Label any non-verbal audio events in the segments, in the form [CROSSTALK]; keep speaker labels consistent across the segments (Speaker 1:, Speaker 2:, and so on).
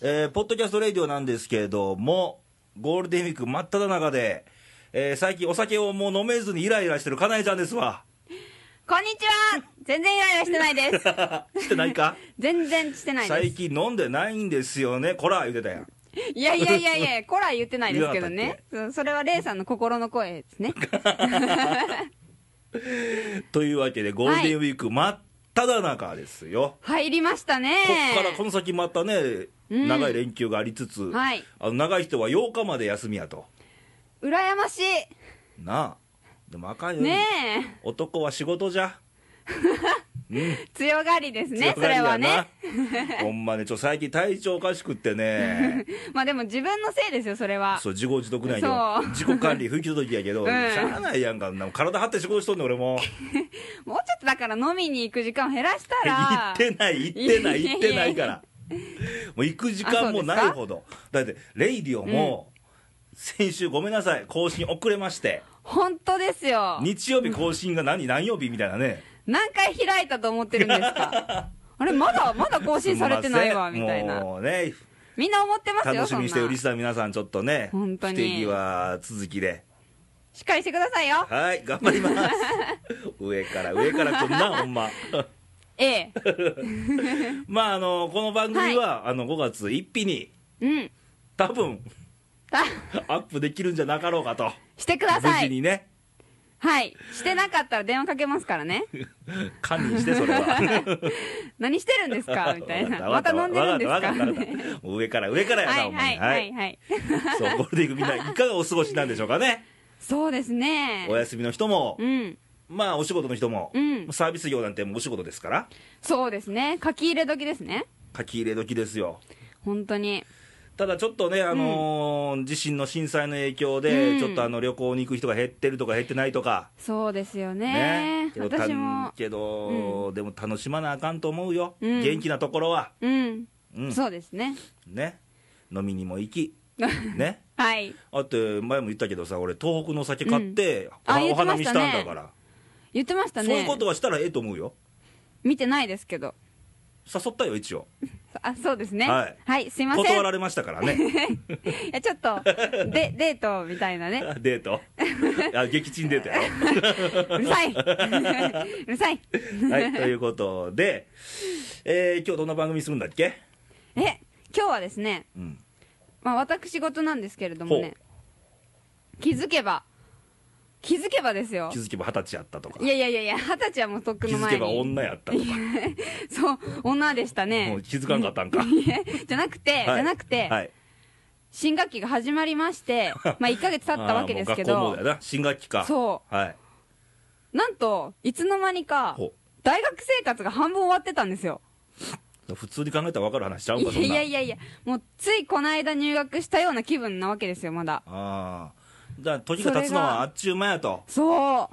Speaker 1: えーポッドキャストレディオなんですけれども、ゴールデンウィーク真っ只中で、えー最近お酒をもう飲めずにイライラしてるかなえちゃんですわ。 [LAUGHS]
Speaker 2: こんにちは全然イライラしてないです
Speaker 1: してないか
Speaker 2: 全然してないで
Speaker 1: 最近飲んでないんですよね、こら言うてたやん。
Speaker 2: すいやいやいやいやこら言ってないですけど
Speaker 1: 言わな
Speaker 2: ねそうそれはレイさんの心の声ですね
Speaker 1: というわけで、ゴールデンウィーク真っ只中ですよ。
Speaker 2: 入りましたね
Speaker 1: こっからこの先またね、
Speaker 2: うん
Speaker 1: 長い連休がありつつ、
Speaker 2: はい
Speaker 1: あの長い人は8日まで休みやと。
Speaker 2: 羨ましい
Speaker 1: なあ。でもあかんよ、
Speaker 2: ね
Speaker 1: 男は仕事じゃ。
Speaker 2: え強がりです
Speaker 1: 強
Speaker 2: ねそ
Speaker 1: がり
Speaker 2: れ
Speaker 1: や
Speaker 2: は
Speaker 1: な
Speaker 2: ね
Speaker 1: [LAUGHS] ほんまね、ちょ、最近体調おかしくって
Speaker 2: [LAUGHS]
Speaker 1: ね、
Speaker 2: まあでも自分のせいですよそれは
Speaker 1: そう、自業自得なんよ
Speaker 2: そ。う
Speaker 1: 自己管理、不き届きやけど、
Speaker 2: うん
Speaker 1: しゃあないやんか、なんか体張って仕事しとんねん、俺も。
Speaker 2: もうちょっとだから飲みに行く時間を減らした
Speaker 1: 行
Speaker 2: ら
Speaker 1: ってない、行ってない、行ってないから。もう行く時間もないほど。だって、レイディオも、先週ごめんなさい、更新遅れまして、
Speaker 2: 本当ですよ
Speaker 1: 日曜日更新が何、何曜日みたいなね。
Speaker 2: 何回開いたと思ってるんです
Speaker 1: [LAUGHS]
Speaker 2: かあれまだまだ更新されてないわ
Speaker 1: すん
Speaker 2: み
Speaker 1: ま
Speaker 2: た
Speaker 1: せ
Speaker 2: い
Speaker 1: ん
Speaker 2: な
Speaker 1: もうね、
Speaker 2: みんな思ってますよ
Speaker 1: 楽しみにして
Speaker 2: そ
Speaker 1: る
Speaker 2: ん
Speaker 1: リ
Speaker 2: な
Speaker 1: スナー皆さん、ちょっとね、
Speaker 2: 本当に
Speaker 1: 不手際続きで。
Speaker 2: しっかりしてくださいよ
Speaker 1: はい、頑張ります。上から上からこん [LAUGHS] な、ほんま。
Speaker 2: ええ
Speaker 1: まあ、あの、この番組は、あの、5月1日に、
Speaker 2: うん
Speaker 1: 多分、
Speaker 2: あ
Speaker 1: アップできるんじゃなかろうかと。
Speaker 2: してくだ
Speaker 1: 無
Speaker 2: さ
Speaker 1: 事
Speaker 2: い
Speaker 1: にね、
Speaker 2: はいしてなかったら電話かけますからね
Speaker 1: 堪忍して、それ
Speaker 2: [LAUGHS]
Speaker 1: は。
Speaker 2: 何してるんです
Speaker 1: [LAUGHS]
Speaker 2: かみたいな
Speaker 1: わ
Speaker 2: ま
Speaker 1: か
Speaker 2: た
Speaker 1: った
Speaker 2: 飲んでるんですか
Speaker 1: わかったわかったわかったもう上から上からやな、
Speaker 2: はい
Speaker 1: お
Speaker 2: は
Speaker 1: 前。
Speaker 2: いはいはい
Speaker 1: そう、ゴールデンウィークみんないかがお過ごしなんでしょうかね。
Speaker 2: そうですね
Speaker 1: お休みの人も
Speaker 2: う、ん
Speaker 1: まあ、お仕事の人も、
Speaker 2: うん
Speaker 1: サービス業なんてもうお仕事ですから、
Speaker 2: そうですね書き入れ時ですね
Speaker 1: 書き入れ時ですよ。
Speaker 2: 本当に
Speaker 1: ただちょっとね、あのー地震の震災の影響で、
Speaker 2: うん
Speaker 1: ちょっとあの旅行に行く人が減ってるとか減ってないとか、
Speaker 2: そうですよ
Speaker 1: ね
Speaker 2: ね、
Speaker 1: けどた
Speaker 2: 私も
Speaker 1: けど、でも楽しまなあかんと思うよ、
Speaker 2: うん
Speaker 1: 元気なところは、
Speaker 2: うん
Speaker 1: うん
Speaker 2: そうですね
Speaker 1: ね、飲みにも行
Speaker 2: [LAUGHS]
Speaker 1: き、ね、
Speaker 2: はい
Speaker 1: あって前も言ったけどさ、俺、東北の酒買って、
Speaker 2: あ
Speaker 1: お
Speaker 2: 言
Speaker 1: お
Speaker 2: って
Speaker 1: 花
Speaker 2: ま
Speaker 1: 見
Speaker 2: し
Speaker 1: したたん
Speaker 2: ね
Speaker 1: だから、
Speaker 2: 言ってました
Speaker 1: そう
Speaker 2: ね
Speaker 1: いうことはしたらええと思うよ、
Speaker 2: 見てないですけど
Speaker 1: 誘ったよ、一応、
Speaker 2: あそうですね
Speaker 1: はい
Speaker 2: すいません
Speaker 1: 断られましたから
Speaker 2: [LAUGHS]
Speaker 1: ね、
Speaker 2: いやちょっとでデートみたいなね
Speaker 1: デート、あ撃沈デートやろ。
Speaker 2: うる
Speaker 1: [LAUGHS]
Speaker 2: さいうるさい
Speaker 1: はい、ということで、えー、今日どんな番組するんだっけ、
Speaker 2: え今日はですね、
Speaker 1: うん、
Speaker 2: まあ、私事なんですけれども
Speaker 1: ほ
Speaker 2: ね気づけば気づけばですよ
Speaker 1: 気づけば二十歳やったとか
Speaker 2: い、やいやいやいや二十歳はもうとっく
Speaker 1: 気
Speaker 2: の
Speaker 1: づ
Speaker 2: 前
Speaker 1: け
Speaker 2: に
Speaker 1: ば女やったとか、
Speaker 2: そう女でした
Speaker 1: も
Speaker 2: ね
Speaker 1: う気づかんかったんか。
Speaker 2: いえじゃなくて、じ
Speaker 1: はい
Speaker 2: ゃなくて、
Speaker 1: はい、
Speaker 2: 新学期が始まりまして、
Speaker 1: [LAUGHS]
Speaker 2: まあ、1か月経ったわけですけ
Speaker 1: あーもう
Speaker 2: ど
Speaker 1: 学校もだよな、新学期か。
Speaker 2: そ
Speaker 1: はい、
Speaker 2: うなんといつの間にか
Speaker 1: ほ
Speaker 2: 大学生活が半分終わってたんですよ
Speaker 1: 普通に考えたら分かる話ちゃうん
Speaker 2: い
Speaker 1: か、
Speaker 2: や
Speaker 1: そんなん。
Speaker 2: いやいやいやもうついこの間入学したような気分なわけですよまだ
Speaker 1: ああ、だから時が経つのはあっちゅう間やと、
Speaker 2: そ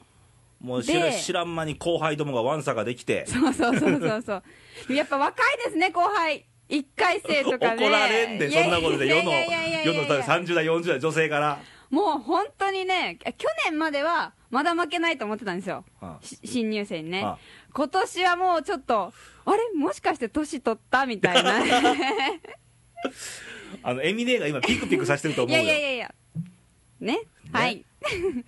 Speaker 2: う
Speaker 1: もう知ら
Speaker 2: で
Speaker 1: 知らん間に後輩どもがわんさかできて、
Speaker 2: そうそうそうそうそう。やっぱ若いですね、後輩。一回生と
Speaker 1: 怒
Speaker 2: かね。
Speaker 1: られんで、
Speaker 2: い
Speaker 1: そ
Speaker 2: や
Speaker 1: ん
Speaker 2: いや
Speaker 1: なことで、
Speaker 2: いや
Speaker 1: 世
Speaker 2: い
Speaker 1: の
Speaker 2: やいやいやいや
Speaker 1: 世の30代、40代、女性から。
Speaker 2: もう本当にね、去年まではまだ負けないと思ってたんですよ。
Speaker 1: あ
Speaker 2: し新入生にね
Speaker 1: あ。
Speaker 2: 今年はもうちょっと、あれもしかして年取ったみたいな。い
Speaker 1: あのエミネーが今、ピクピクさせてる [LAUGHS] と思う
Speaker 2: や
Speaker 1: よ。
Speaker 2: いやいやいや。ね。はい。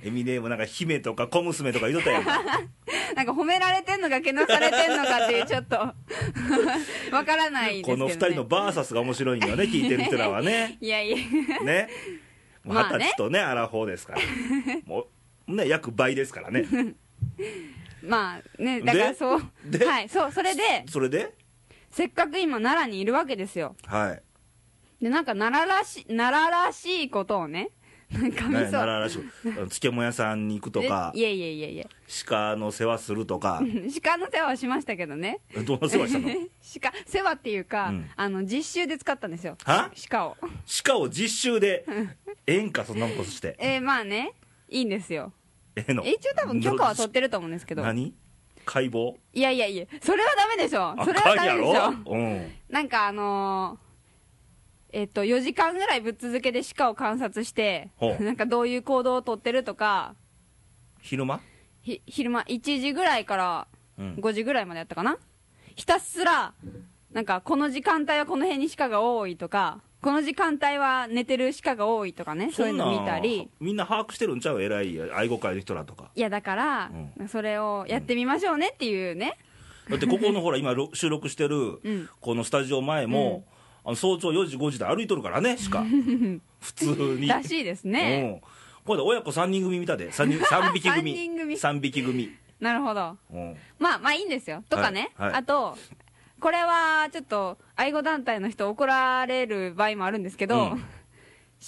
Speaker 1: エミネーもなんか姫とか小娘とか言うとったやんか
Speaker 2: なんか褒められてんのか、けなされてんのかっていう、ちょっと、 [LAUGHS] わからないですけ
Speaker 1: こ
Speaker 2: ど、ね。
Speaker 1: の2人のバーサスが面白いんよ [LAUGHS] ね聞いてる人らはね
Speaker 2: いやいや。
Speaker 1: [LAUGHS] ねもう
Speaker 2: まあ
Speaker 1: 二十
Speaker 2: ね
Speaker 1: 歳とねアラフォーですからもうね約倍ですから [LAUGHS] ね
Speaker 2: まあね、だから
Speaker 1: で
Speaker 2: そう。
Speaker 1: で
Speaker 2: はい、そう、それで、
Speaker 1: それで
Speaker 2: せっかく今奈良にいるわけですよ
Speaker 1: はい
Speaker 2: でなんか奈良らし奈良らしいことをね [LAUGHS] なんか見
Speaker 1: ね
Speaker 2: そ
Speaker 1: 奈良
Speaker 2: う
Speaker 1: らしくあの漬物屋さんに行くとか
Speaker 2: えいえいえいえいえ
Speaker 1: 鹿の世話するとか
Speaker 2: [LAUGHS] 鹿の世話をしましたけどね
Speaker 1: どんな世話した [LAUGHS] の
Speaker 2: [LAUGHS] 鹿世話っていうか、
Speaker 1: うん
Speaker 2: あの実習で使ったんですよ
Speaker 1: は
Speaker 2: 鹿を
Speaker 1: 鹿を実習でええんかそんなことして
Speaker 2: えーまあねいいんですよ
Speaker 1: ええの
Speaker 2: え一応多分許可は取ってると思うんですけど
Speaker 1: 何解剖
Speaker 2: いやいやいやそれはダメでしょ
Speaker 1: あ
Speaker 2: それはダ
Speaker 1: かんや
Speaker 2: メでし
Speaker 1: ろ
Speaker 2: ょ
Speaker 1: うん
Speaker 2: なんかあのーえっと、4時間ぐらいぶっ続けて鹿を観察して
Speaker 1: ほ、う
Speaker 2: なんかどういう行動をとってるとか、
Speaker 1: 昼間
Speaker 2: ひ昼間1時ぐらいから
Speaker 1: うん
Speaker 2: 5時ぐらいまでやったかな、ひたすらなんかこの時間帯はこの辺に鹿が多いとかこの時間帯は寝てる鹿が多いとかねそういうの見たり
Speaker 1: みんな把握してるんちゃう偉い愛護会の人らとか
Speaker 2: いやだから、それをやってみましょうねっていうね、
Speaker 1: だってこ
Speaker 2: [LAUGHS]
Speaker 1: このほら今ろ収録してる
Speaker 2: うん
Speaker 1: このスタジオ前も、あの早朝4時5時で歩いとるからねしか [LAUGHS] 普通に
Speaker 2: らしいですね、
Speaker 1: うんこれで親子3人組見たで 3,
Speaker 2: [LAUGHS]
Speaker 1: 人三匹組
Speaker 2: 三人組
Speaker 1: 三匹組
Speaker 2: なるほど
Speaker 1: うん
Speaker 2: まあまあいいんですよとかね、
Speaker 1: はいはい
Speaker 2: あとこれはちょっと愛護団体の人怒られる場合もあるんですけど、
Speaker 1: うん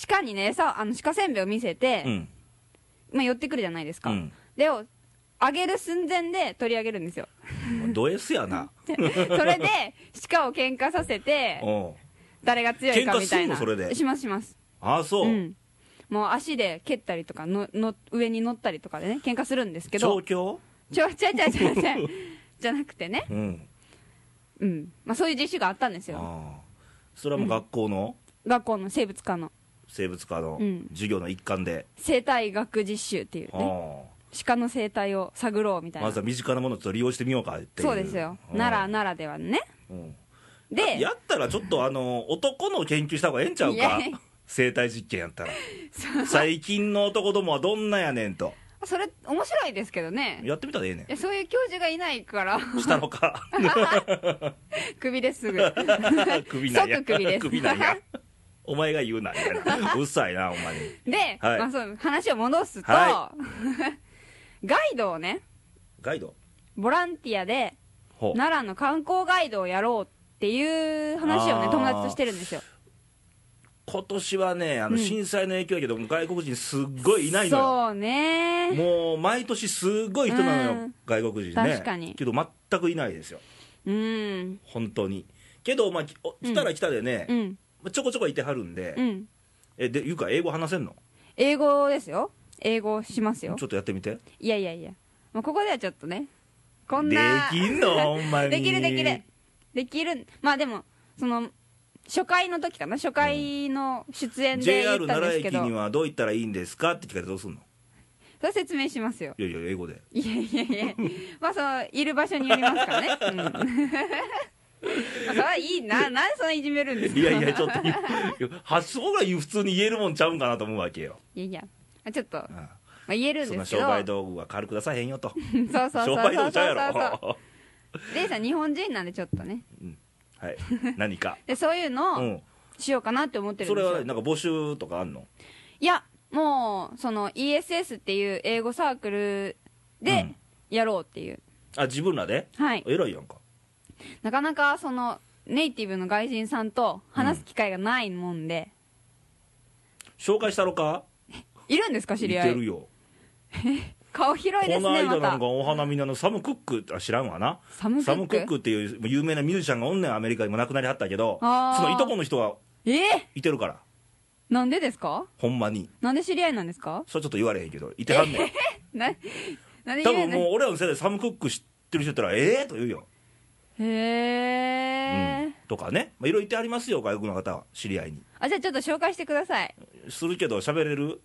Speaker 2: 鹿にね餌あの鹿せんべいを見せて、
Speaker 1: うん
Speaker 2: まあ、寄ってくるじゃないですか、
Speaker 1: うん
Speaker 2: でをあげる寸前で取り上げるんで
Speaker 1: [LAUGHS]
Speaker 2: すよ
Speaker 1: ド S やな
Speaker 2: でそれで鹿を喧嘩させて
Speaker 1: うん
Speaker 2: 誰が強いかみた
Speaker 1: 喧嘩
Speaker 2: い
Speaker 1: すん
Speaker 2: な
Speaker 1: のそれで
Speaker 2: しますします
Speaker 1: ああそう、
Speaker 2: うん、もう足で蹴ったりとかのの上に乗ったりとかでね喧嘩するんですけ
Speaker 1: 調
Speaker 2: ど
Speaker 1: 教
Speaker 2: ちょちょちょちょちょ
Speaker 1: [LAUGHS]
Speaker 2: じゃなくてね、
Speaker 1: うん
Speaker 2: うんまあ、そういう実習があったんですよ
Speaker 1: ああそれはもう学校の
Speaker 2: 学校の生物科の
Speaker 1: 生物科の
Speaker 2: うん
Speaker 1: 授業の一環で、
Speaker 2: 生態学実習っていう
Speaker 1: あ
Speaker 2: ね鹿の生態を探ろうみた
Speaker 1: あ
Speaker 2: いな
Speaker 1: まずは身近なものをちょっと利用してみようかっていう
Speaker 2: そうですよ
Speaker 1: うん
Speaker 2: 奈良ならではのね
Speaker 1: うん
Speaker 2: で
Speaker 1: やったらちょっとあの男の研究した方がええんちゃう
Speaker 2: いや
Speaker 1: か生態実験やったら最近の男どもはどんなやねんと
Speaker 2: それ面白いですけどね
Speaker 1: やってみたらええね
Speaker 2: いやそういう教授がいないから
Speaker 1: んしたの
Speaker 2: [LAUGHS]
Speaker 1: か
Speaker 2: 首です
Speaker 1: [LAUGHS]
Speaker 2: ぐ
Speaker 1: 首なんや
Speaker 2: 即首です
Speaker 1: なんやお前が言うなみたいなうっさいなお前に
Speaker 2: で、
Speaker 1: はい
Speaker 2: まあ、そう話を戻すと、
Speaker 1: は
Speaker 2: [LAUGHS] ガイドをね
Speaker 1: ガイド
Speaker 2: ボランティアで
Speaker 1: ほう
Speaker 2: 奈良の観光ガイドをやろうっていう話を
Speaker 1: あ
Speaker 2: ね
Speaker 1: ー
Speaker 2: 友達としてるんですよ
Speaker 1: 今年はねあの
Speaker 2: うん
Speaker 1: 震災の影響やけど、も外国人すっごいいないのよ
Speaker 2: そうね
Speaker 1: もう毎年すごい人なのよ、
Speaker 2: うん
Speaker 1: 外国人ね
Speaker 2: 確かに
Speaker 1: けど全くいないですよ
Speaker 2: うん
Speaker 1: 本当にけどまあきお来たら来たでね、
Speaker 2: うん
Speaker 1: まあちょこちょこいてはるんで、
Speaker 2: うん
Speaker 1: えでゆか英語話せんの
Speaker 2: 英語ですよ英語しますよ
Speaker 1: ちょっとやってみて
Speaker 2: いやいやいやもうここではちょっとねこん
Speaker 1: で
Speaker 2: な
Speaker 1: きんのほんまに
Speaker 2: できるできるできるまあでもその初回の時かな初回の出演で言
Speaker 1: JR
Speaker 2: ったんで
Speaker 1: 奈
Speaker 2: す
Speaker 1: 良
Speaker 2: け
Speaker 1: 駅
Speaker 2: ど、
Speaker 1: にはどう行ったらいいんですかって聞かれてどうすんの
Speaker 2: それ説明しますよ
Speaker 1: いやいや英語で
Speaker 2: いやいやいやまあそのいる場所によりますからね、うん、 [LAUGHS] まあそれはいいななんそんないじめるんですか
Speaker 1: いやいやちょっと発想ぐらい普通に言えるもんちゃうんかなと思うわけよ、
Speaker 2: いやいやまあちょっと、ま
Speaker 1: うん
Speaker 2: あ、言えるん
Speaker 1: そん
Speaker 2: で
Speaker 1: な
Speaker 2: すけ
Speaker 1: 商
Speaker 2: ど
Speaker 1: 売道具は軽く出さへんよと
Speaker 2: そうそうそう
Speaker 1: 商
Speaker 2: そう
Speaker 1: 売道
Speaker 2: そう
Speaker 1: 具ちゃうや
Speaker 2: そう
Speaker 1: ろ
Speaker 2: レイさん日本人なんでちょっとね [LAUGHS]
Speaker 1: はい何か
Speaker 2: でそういう
Speaker 1: う
Speaker 2: のを
Speaker 1: ん
Speaker 2: しようかなって思ってる
Speaker 1: そ
Speaker 2: んで
Speaker 1: れ
Speaker 2: すよ、
Speaker 1: はなんか募集とかあんの
Speaker 2: いやもうその ESS っていう英語サークル
Speaker 1: う
Speaker 2: で
Speaker 1: ん
Speaker 2: やろうっていう、
Speaker 1: あ自分らで
Speaker 2: はい
Speaker 1: 偉いやんか
Speaker 2: なかなかそのネイティブの外人さんと話す機会がないもんで、
Speaker 1: 紹介したろか
Speaker 2: いるんですか知り合
Speaker 1: てる
Speaker 2: い
Speaker 1: よ
Speaker 2: 顔広いで
Speaker 1: こ
Speaker 2: す
Speaker 1: の
Speaker 2: ねま
Speaker 1: 間なん
Speaker 2: た
Speaker 1: かお花見のあのサム・クックあ知らんわな
Speaker 2: サムク
Speaker 1: サ
Speaker 2: ッ
Speaker 1: ム・
Speaker 2: ク
Speaker 1: クックっていう有名なミュージシャンがおんねんアメリカにも亡くなりはったけどそ
Speaker 2: あー
Speaker 1: のいとこの人が
Speaker 2: えー、
Speaker 1: いてるから
Speaker 2: なんでですか
Speaker 1: ほんまに
Speaker 2: なんで知り合いなんですか
Speaker 1: それちょっと言われへんけどいてはんねん
Speaker 2: な何
Speaker 1: 多
Speaker 2: 言え
Speaker 1: 分
Speaker 2: な
Speaker 1: もう
Speaker 2: い
Speaker 1: 俺らの世代サム・クック知ってる人やったらええと言うよ、
Speaker 2: へ
Speaker 1: うん
Speaker 2: え、
Speaker 1: とかねまあいろいろ言ってありますよ外国の方は知り合いに
Speaker 2: あじゃあちょっと紹介してください
Speaker 1: するけど喋れる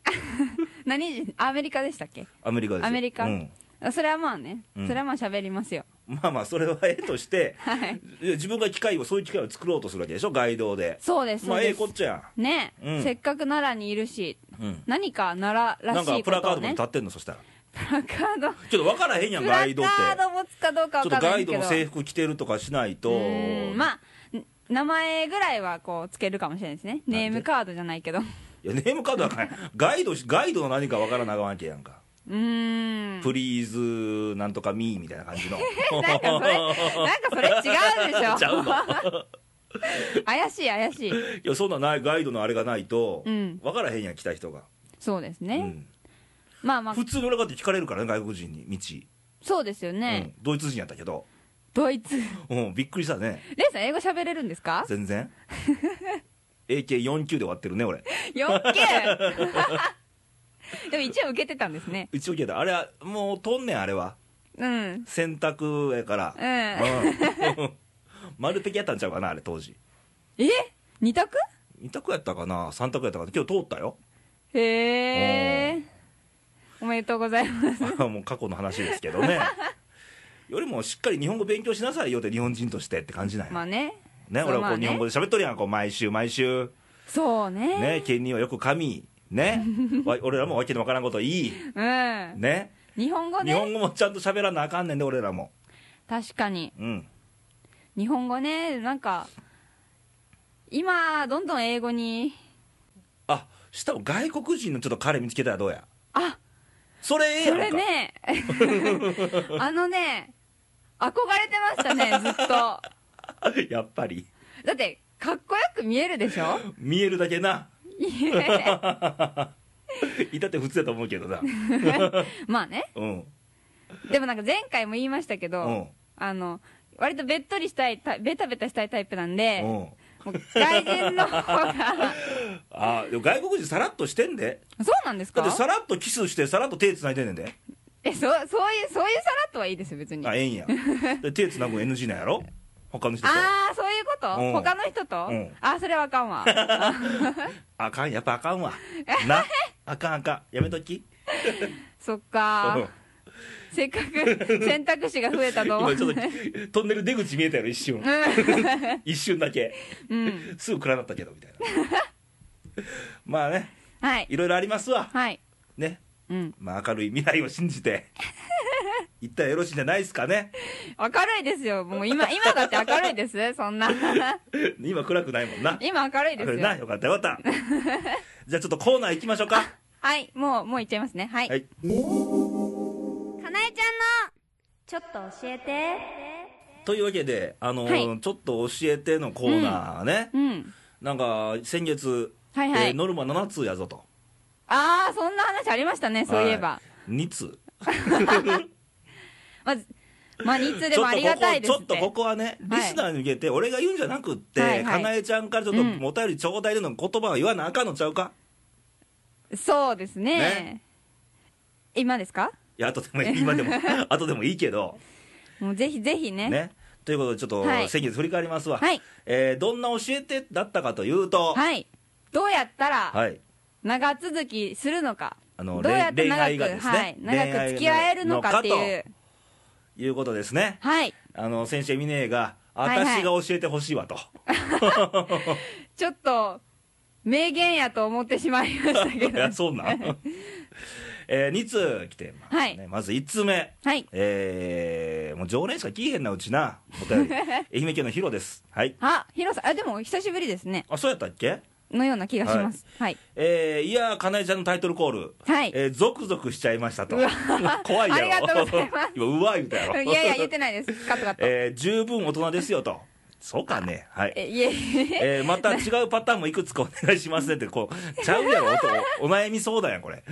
Speaker 2: 何人アメリカでしたっけ
Speaker 1: アメリカですよ
Speaker 2: アメリカ
Speaker 1: うん
Speaker 2: あそれはまあね、
Speaker 1: うん
Speaker 2: それはまあ喋りますよ
Speaker 1: まあまあそれはええとして
Speaker 2: はい
Speaker 1: 自分が機会をそういう機会を作ろうとするわけでしょ街道で
Speaker 2: そうです
Speaker 1: まあ
Speaker 2: そう
Speaker 1: え
Speaker 2: で
Speaker 1: え
Speaker 2: す、
Speaker 1: こっちゃ
Speaker 2: ね、
Speaker 1: うん
Speaker 2: せっかく奈良にいるし
Speaker 1: ん、うん、
Speaker 2: 何か奈良
Speaker 1: な
Speaker 2: ら
Speaker 1: ん
Speaker 2: し
Speaker 1: か
Speaker 2: い
Speaker 1: プ
Speaker 2: こ
Speaker 1: ラカ
Speaker 2: と
Speaker 1: ー
Speaker 2: を
Speaker 1: ドも
Speaker 2: ね
Speaker 1: 立ってんのそしたら
Speaker 2: プラカー
Speaker 1: ち
Speaker 2: ド
Speaker 1: ょっと分からへんやん
Speaker 2: プラカ
Speaker 1: ガイドって
Speaker 2: ード持つかどうか
Speaker 1: ちょ
Speaker 2: 分
Speaker 1: っと
Speaker 2: かんな
Speaker 1: ガ
Speaker 2: い
Speaker 1: イド
Speaker 2: けど
Speaker 1: の制服着てるとかしないと
Speaker 2: うんまあん名前ぐらいはこうつけるかもしれないですね
Speaker 1: なん
Speaker 2: ネ
Speaker 1: で
Speaker 2: ームカードじゃないけどう
Speaker 1: いやネームカードはあかんやんガイドしガイドの何か分からなあかんわけやんか
Speaker 2: ーん
Speaker 1: プリーズなんとかミーみたいな感
Speaker 2: [LAUGHS]
Speaker 1: じの
Speaker 2: なん
Speaker 1: [LAUGHS]
Speaker 2: かそれ、なんかそれ違うでしょ。
Speaker 1: ちゃうの
Speaker 2: [LAUGHS] 怪しい怪しい。
Speaker 1: いやそんなないガイドのあれがないと、
Speaker 2: うん
Speaker 1: 分からへんやん来た人が、
Speaker 2: そうです
Speaker 1: う
Speaker 2: ね。
Speaker 1: ん
Speaker 2: まあまあ、
Speaker 1: 普通の裏方って聞かれるからね外国人に道、
Speaker 2: そうですよね。
Speaker 1: うんドイツ人やったけど、
Speaker 2: ドイツ。 [LAUGHS] レ
Speaker 1: うん、びっくりしたね
Speaker 2: イさん、英語喋れるんですか
Speaker 1: 全
Speaker 2: [LAUGHS]
Speaker 1: 然 AK49 で終わってるね俺
Speaker 2: ?4K!
Speaker 1: [LAUGHS]
Speaker 2: でも一応受けてたんですね。
Speaker 1: 一応聞いたあれはもうとんねんあれは
Speaker 2: うん。
Speaker 1: 洗濯やから
Speaker 2: うん。え
Speaker 1: うん丸的やったんちゃうかなあれ当時
Speaker 2: 二択
Speaker 1: 2択やったかな3択やったかな今日通った
Speaker 2: [LAUGHS]
Speaker 1: よ
Speaker 2: へえ。おめでとうございます。
Speaker 1: もう過去の話ですけどねよりもしっかり日本語勉強しなさいよって日本人としてって感じなんや、
Speaker 2: [LAUGHS] まあね。
Speaker 1: ね、
Speaker 2: そう
Speaker 1: 俺は
Speaker 2: ま
Speaker 1: こ
Speaker 2: あ
Speaker 1: う
Speaker 2: ね
Speaker 1: 日本語で喋っとるやん、こう毎週毎週、
Speaker 2: そうね
Speaker 1: ね、県人はよく神、
Speaker 2: [LAUGHS]
Speaker 1: ね、わ俺らもわけのわからんこと言い、
Speaker 2: うん
Speaker 1: ね、
Speaker 2: 日本語
Speaker 1: 日本
Speaker 2: ね
Speaker 1: 語もちゃんと喋らなあかんねんで、俺らも。
Speaker 2: 確かに
Speaker 1: うん、
Speaker 2: 日本語ねなんか今どんどん英語に
Speaker 1: あしたら外国人のちょっと彼見つけたらどうや、
Speaker 2: あ
Speaker 1: それええや
Speaker 2: そ
Speaker 1: んか、
Speaker 2: れねあのね憧れてましたねずっとだ
Speaker 1: [LAUGHS] やっぱり、
Speaker 2: ってかっこよく見えるでしょ
Speaker 1: [LAUGHS] 見えるだけな、
Speaker 2: いえ
Speaker 1: いたって普通だと思うけどな、
Speaker 2: まあね
Speaker 1: うん、
Speaker 2: でもなんか前回も言いましたけ
Speaker 1: う
Speaker 2: ど、
Speaker 1: ん、
Speaker 2: あの割とべっとりしたいタイベタベタしたいタイプなんで、
Speaker 1: うん、
Speaker 2: もう外人の方
Speaker 1: [LAUGHS]
Speaker 2: が
Speaker 1: あでも外国人、さらっとしてんで、
Speaker 2: そうなんです
Speaker 1: だって
Speaker 2: か
Speaker 1: さらっとキスして、さらっと手つないでんねんで、
Speaker 2: えそうそういうそういうさらっとはいいですよ別に
Speaker 1: あ
Speaker 2: あ
Speaker 1: ええん
Speaker 2: [LAUGHS]
Speaker 1: や、で手つなぐん NG なんやろ、他の人と。
Speaker 2: あーそういうこと、
Speaker 1: うん
Speaker 2: 他の人と、
Speaker 1: うん
Speaker 2: あーそれはあか
Speaker 1: [LAUGHS]
Speaker 2: んわ
Speaker 1: あかん、やっぱあかんわ。な、あかんあかん、やめとき。
Speaker 2: そっ
Speaker 1: う
Speaker 2: か
Speaker 1: ん
Speaker 2: せっかく選択肢が増えたと思
Speaker 1: 今
Speaker 2: う
Speaker 1: ちょっとトンネル出口見えたやろ、一
Speaker 2: [LAUGHS]
Speaker 1: 瞬。一瞬だけ。
Speaker 2: うん、うん、
Speaker 1: すぐ暗なったけど、みたいな。
Speaker 2: [LAUGHS]
Speaker 1: まあね、
Speaker 2: はい
Speaker 1: いろいろありますわ。
Speaker 2: はい
Speaker 1: ね。
Speaker 2: うん
Speaker 1: まあ明るい未来を信じ
Speaker 2: [LAUGHS]
Speaker 1: て、行ったらよろしいんじゃないですかね。
Speaker 2: 明るいですよもう
Speaker 1: [LAUGHS]
Speaker 2: 今今だって明るいですそんな [LAUGHS]
Speaker 1: 今暗くないもんな。
Speaker 2: 今明るいで
Speaker 1: 明
Speaker 2: す
Speaker 1: るい
Speaker 2: よ
Speaker 1: な、よかったよ
Speaker 2: [LAUGHS]
Speaker 1: かった。じゃあちょっとコーナー行きましょうか。
Speaker 2: はいもうもういっちゃいますねはい
Speaker 1: はい。
Speaker 2: かなえちゃんのちょっと教えて
Speaker 1: というわけで、あの
Speaker 2: は
Speaker 1: ちょっと教えてのコーナーね。
Speaker 2: うん
Speaker 1: なんか、先月、
Speaker 2: はいはい、
Speaker 1: えーノルマ7通やぞと。
Speaker 2: ああそんな話ありましたねそういえば、
Speaker 1: 2通。
Speaker 2: まずまあ2通
Speaker 1: ち
Speaker 2: で
Speaker 1: ょ
Speaker 2: も
Speaker 1: っ
Speaker 2: あ
Speaker 1: と
Speaker 2: り
Speaker 1: こ
Speaker 2: が
Speaker 1: こ
Speaker 2: たいで
Speaker 1: ち
Speaker 2: す
Speaker 1: ょっ
Speaker 2: っ
Speaker 1: と
Speaker 2: て
Speaker 1: ここはね、
Speaker 2: はい
Speaker 1: リスナーに向けて、俺が言うんじゃなくって、
Speaker 2: はいはい
Speaker 1: かなえちゃんからちょっ
Speaker 2: うん
Speaker 1: とお便りちょうだいでの言葉を言わなあかんのちゃうか、
Speaker 2: そうですね
Speaker 1: ね
Speaker 2: 今ですか
Speaker 1: いや、後でもいい、今で
Speaker 2: [LAUGHS]
Speaker 1: も、後でもいいけど、
Speaker 2: もうぜひぜひね
Speaker 1: ね。ということで、ちょっ
Speaker 2: はい
Speaker 1: と先月振り返りますわ、
Speaker 2: はい
Speaker 1: えーどんな教えてだったかというと、
Speaker 2: はいどうやったら
Speaker 1: はい
Speaker 2: 長続きするのか、
Speaker 1: あの
Speaker 2: どうやって
Speaker 1: 恋
Speaker 2: 長
Speaker 1: 愛
Speaker 2: く、
Speaker 1: がですね
Speaker 2: はい、長く付き合えるのかって
Speaker 1: 恋愛
Speaker 2: い
Speaker 1: の
Speaker 2: う
Speaker 1: いうことですね、
Speaker 2: はい
Speaker 1: あの先生、ミネが、
Speaker 2: いはい
Speaker 1: 私が教えてほしい
Speaker 2: [LAUGHS]
Speaker 1: わと、
Speaker 2: ちょっと名言やと思ってしまいましたけ
Speaker 1: い [LAUGHS]
Speaker 2: ど
Speaker 1: やそうなん、え2通来てますね、
Speaker 2: は
Speaker 1: まず1通目。
Speaker 2: はい
Speaker 1: えー、もう常連しか聞いへんなうちなお便
Speaker 2: [LAUGHS]
Speaker 1: り愛媛県のヒロですはい
Speaker 2: あヒロさんあでも久しぶりですね
Speaker 1: あそうやったっけ
Speaker 2: のような気がしますはい、
Speaker 1: えー、いやーかなえちゃんのタイトルコール
Speaker 2: はい
Speaker 1: えー、ゾクゾクしちゃいましたと
Speaker 2: うわ
Speaker 1: [LAUGHS] 怖いやろ
Speaker 2: ありがとうございます
Speaker 1: [LAUGHS] 今うわ言うたやろ
Speaker 2: い、やいや言ってないですカットカット、
Speaker 1: [LAUGHS] えー、十分大人ですよとそうかねはい
Speaker 2: えいえ [LAUGHS]
Speaker 1: [LAUGHS] えー、また違うパターンもいくつかお願いしますねってこうちゃうやろおおお悩み相談やんこれ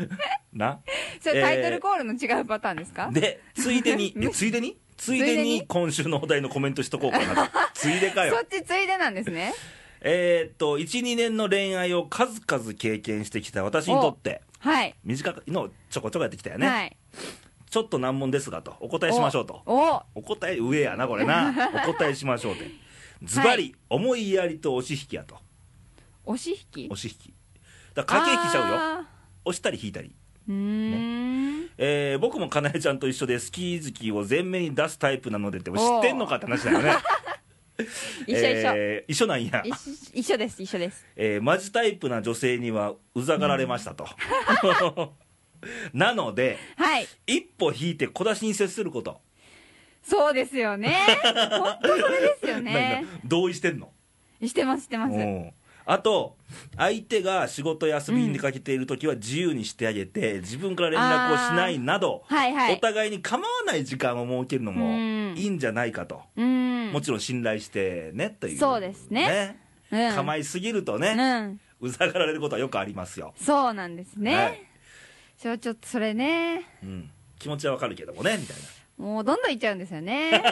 Speaker 1: な
Speaker 2: それタイトルコールの違うパターンです
Speaker 1: [LAUGHS]
Speaker 2: か、
Speaker 1: でついで [LAUGHS] にえついでについ
Speaker 2: つい
Speaker 1: で
Speaker 2: でに
Speaker 1: に今週のお題のコメントしとこうか [LAUGHS] なとついでかよ
Speaker 2: そっちついでなんですね
Speaker 1: えーっと12年の恋愛を数々経験してきた私にとって
Speaker 2: はい、
Speaker 1: 短くのちょこちょこやってきたよね、
Speaker 2: はい
Speaker 1: ちょっと難問ですがとお答えしましょうと
Speaker 2: おお
Speaker 1: お答え上やなこれ [LAUGHS] なお答えしましょうってズバリ思いやりと押し引きやと
Speaker 2: 押し引き
Speaker 1: 押し引きだから駆け引きちゃうよ
Speaker 2: よ
Speaker 1: 押したり引いたり、
Speaker 2: うーん、
Speaker 1: えー僕もかなえちゃんと一緒で好き好きを前面に出すタイプなのでって知ってんのかって話だよね
Speaker 2: [LAUGHS] 一緒一緒、
Speaker 1: えー一緒なんや
Speaker 2: 一緒一緒です一緒です
Speaker 1: えーマジタイプな女性にはうざがられましたと、
Speaker 2: [LAUGHS]
Speaker 1: なので
Speaker 2: はい
Speaker 1: 一歩引いて小出しに接すること、
Speaker 2: そうですよね
Speaker 1: [LAUGHS]
Speaker 2: 本当それですよね
Speaker 1: なんか同意してんの、
Speaker 2: してますしてます
Speaker 1: うんあと相手が仕事や遊びに出かけている時は自由にしてあげて、自分から連絡をしないなど、
Speaker 2: はいは
Speaker 1: お
Speaker 2: い
Speaker 1: 互いに構わない時間を設けるのも
Speaker 2: うん
Speaker 1: いいんじゃないかと、
Speaker 2: うーん
Speaker 1: もちろん信頼してねという
Speaker 2: そうですねうん
Speaker 1: 構いすぎるとね、
Speaker 2: うん
Speaker 1: うざがられることはよくありますよ、
Speaker 2: そうなんですね、
Speaker 1: はい
Speaker 2: ちょちょっとそれね
Speaker 1: うん、気持ちはわかるけどもねみたいな [LAUGHS]
Speaker 2: もうどんどんいっちゃうんですよね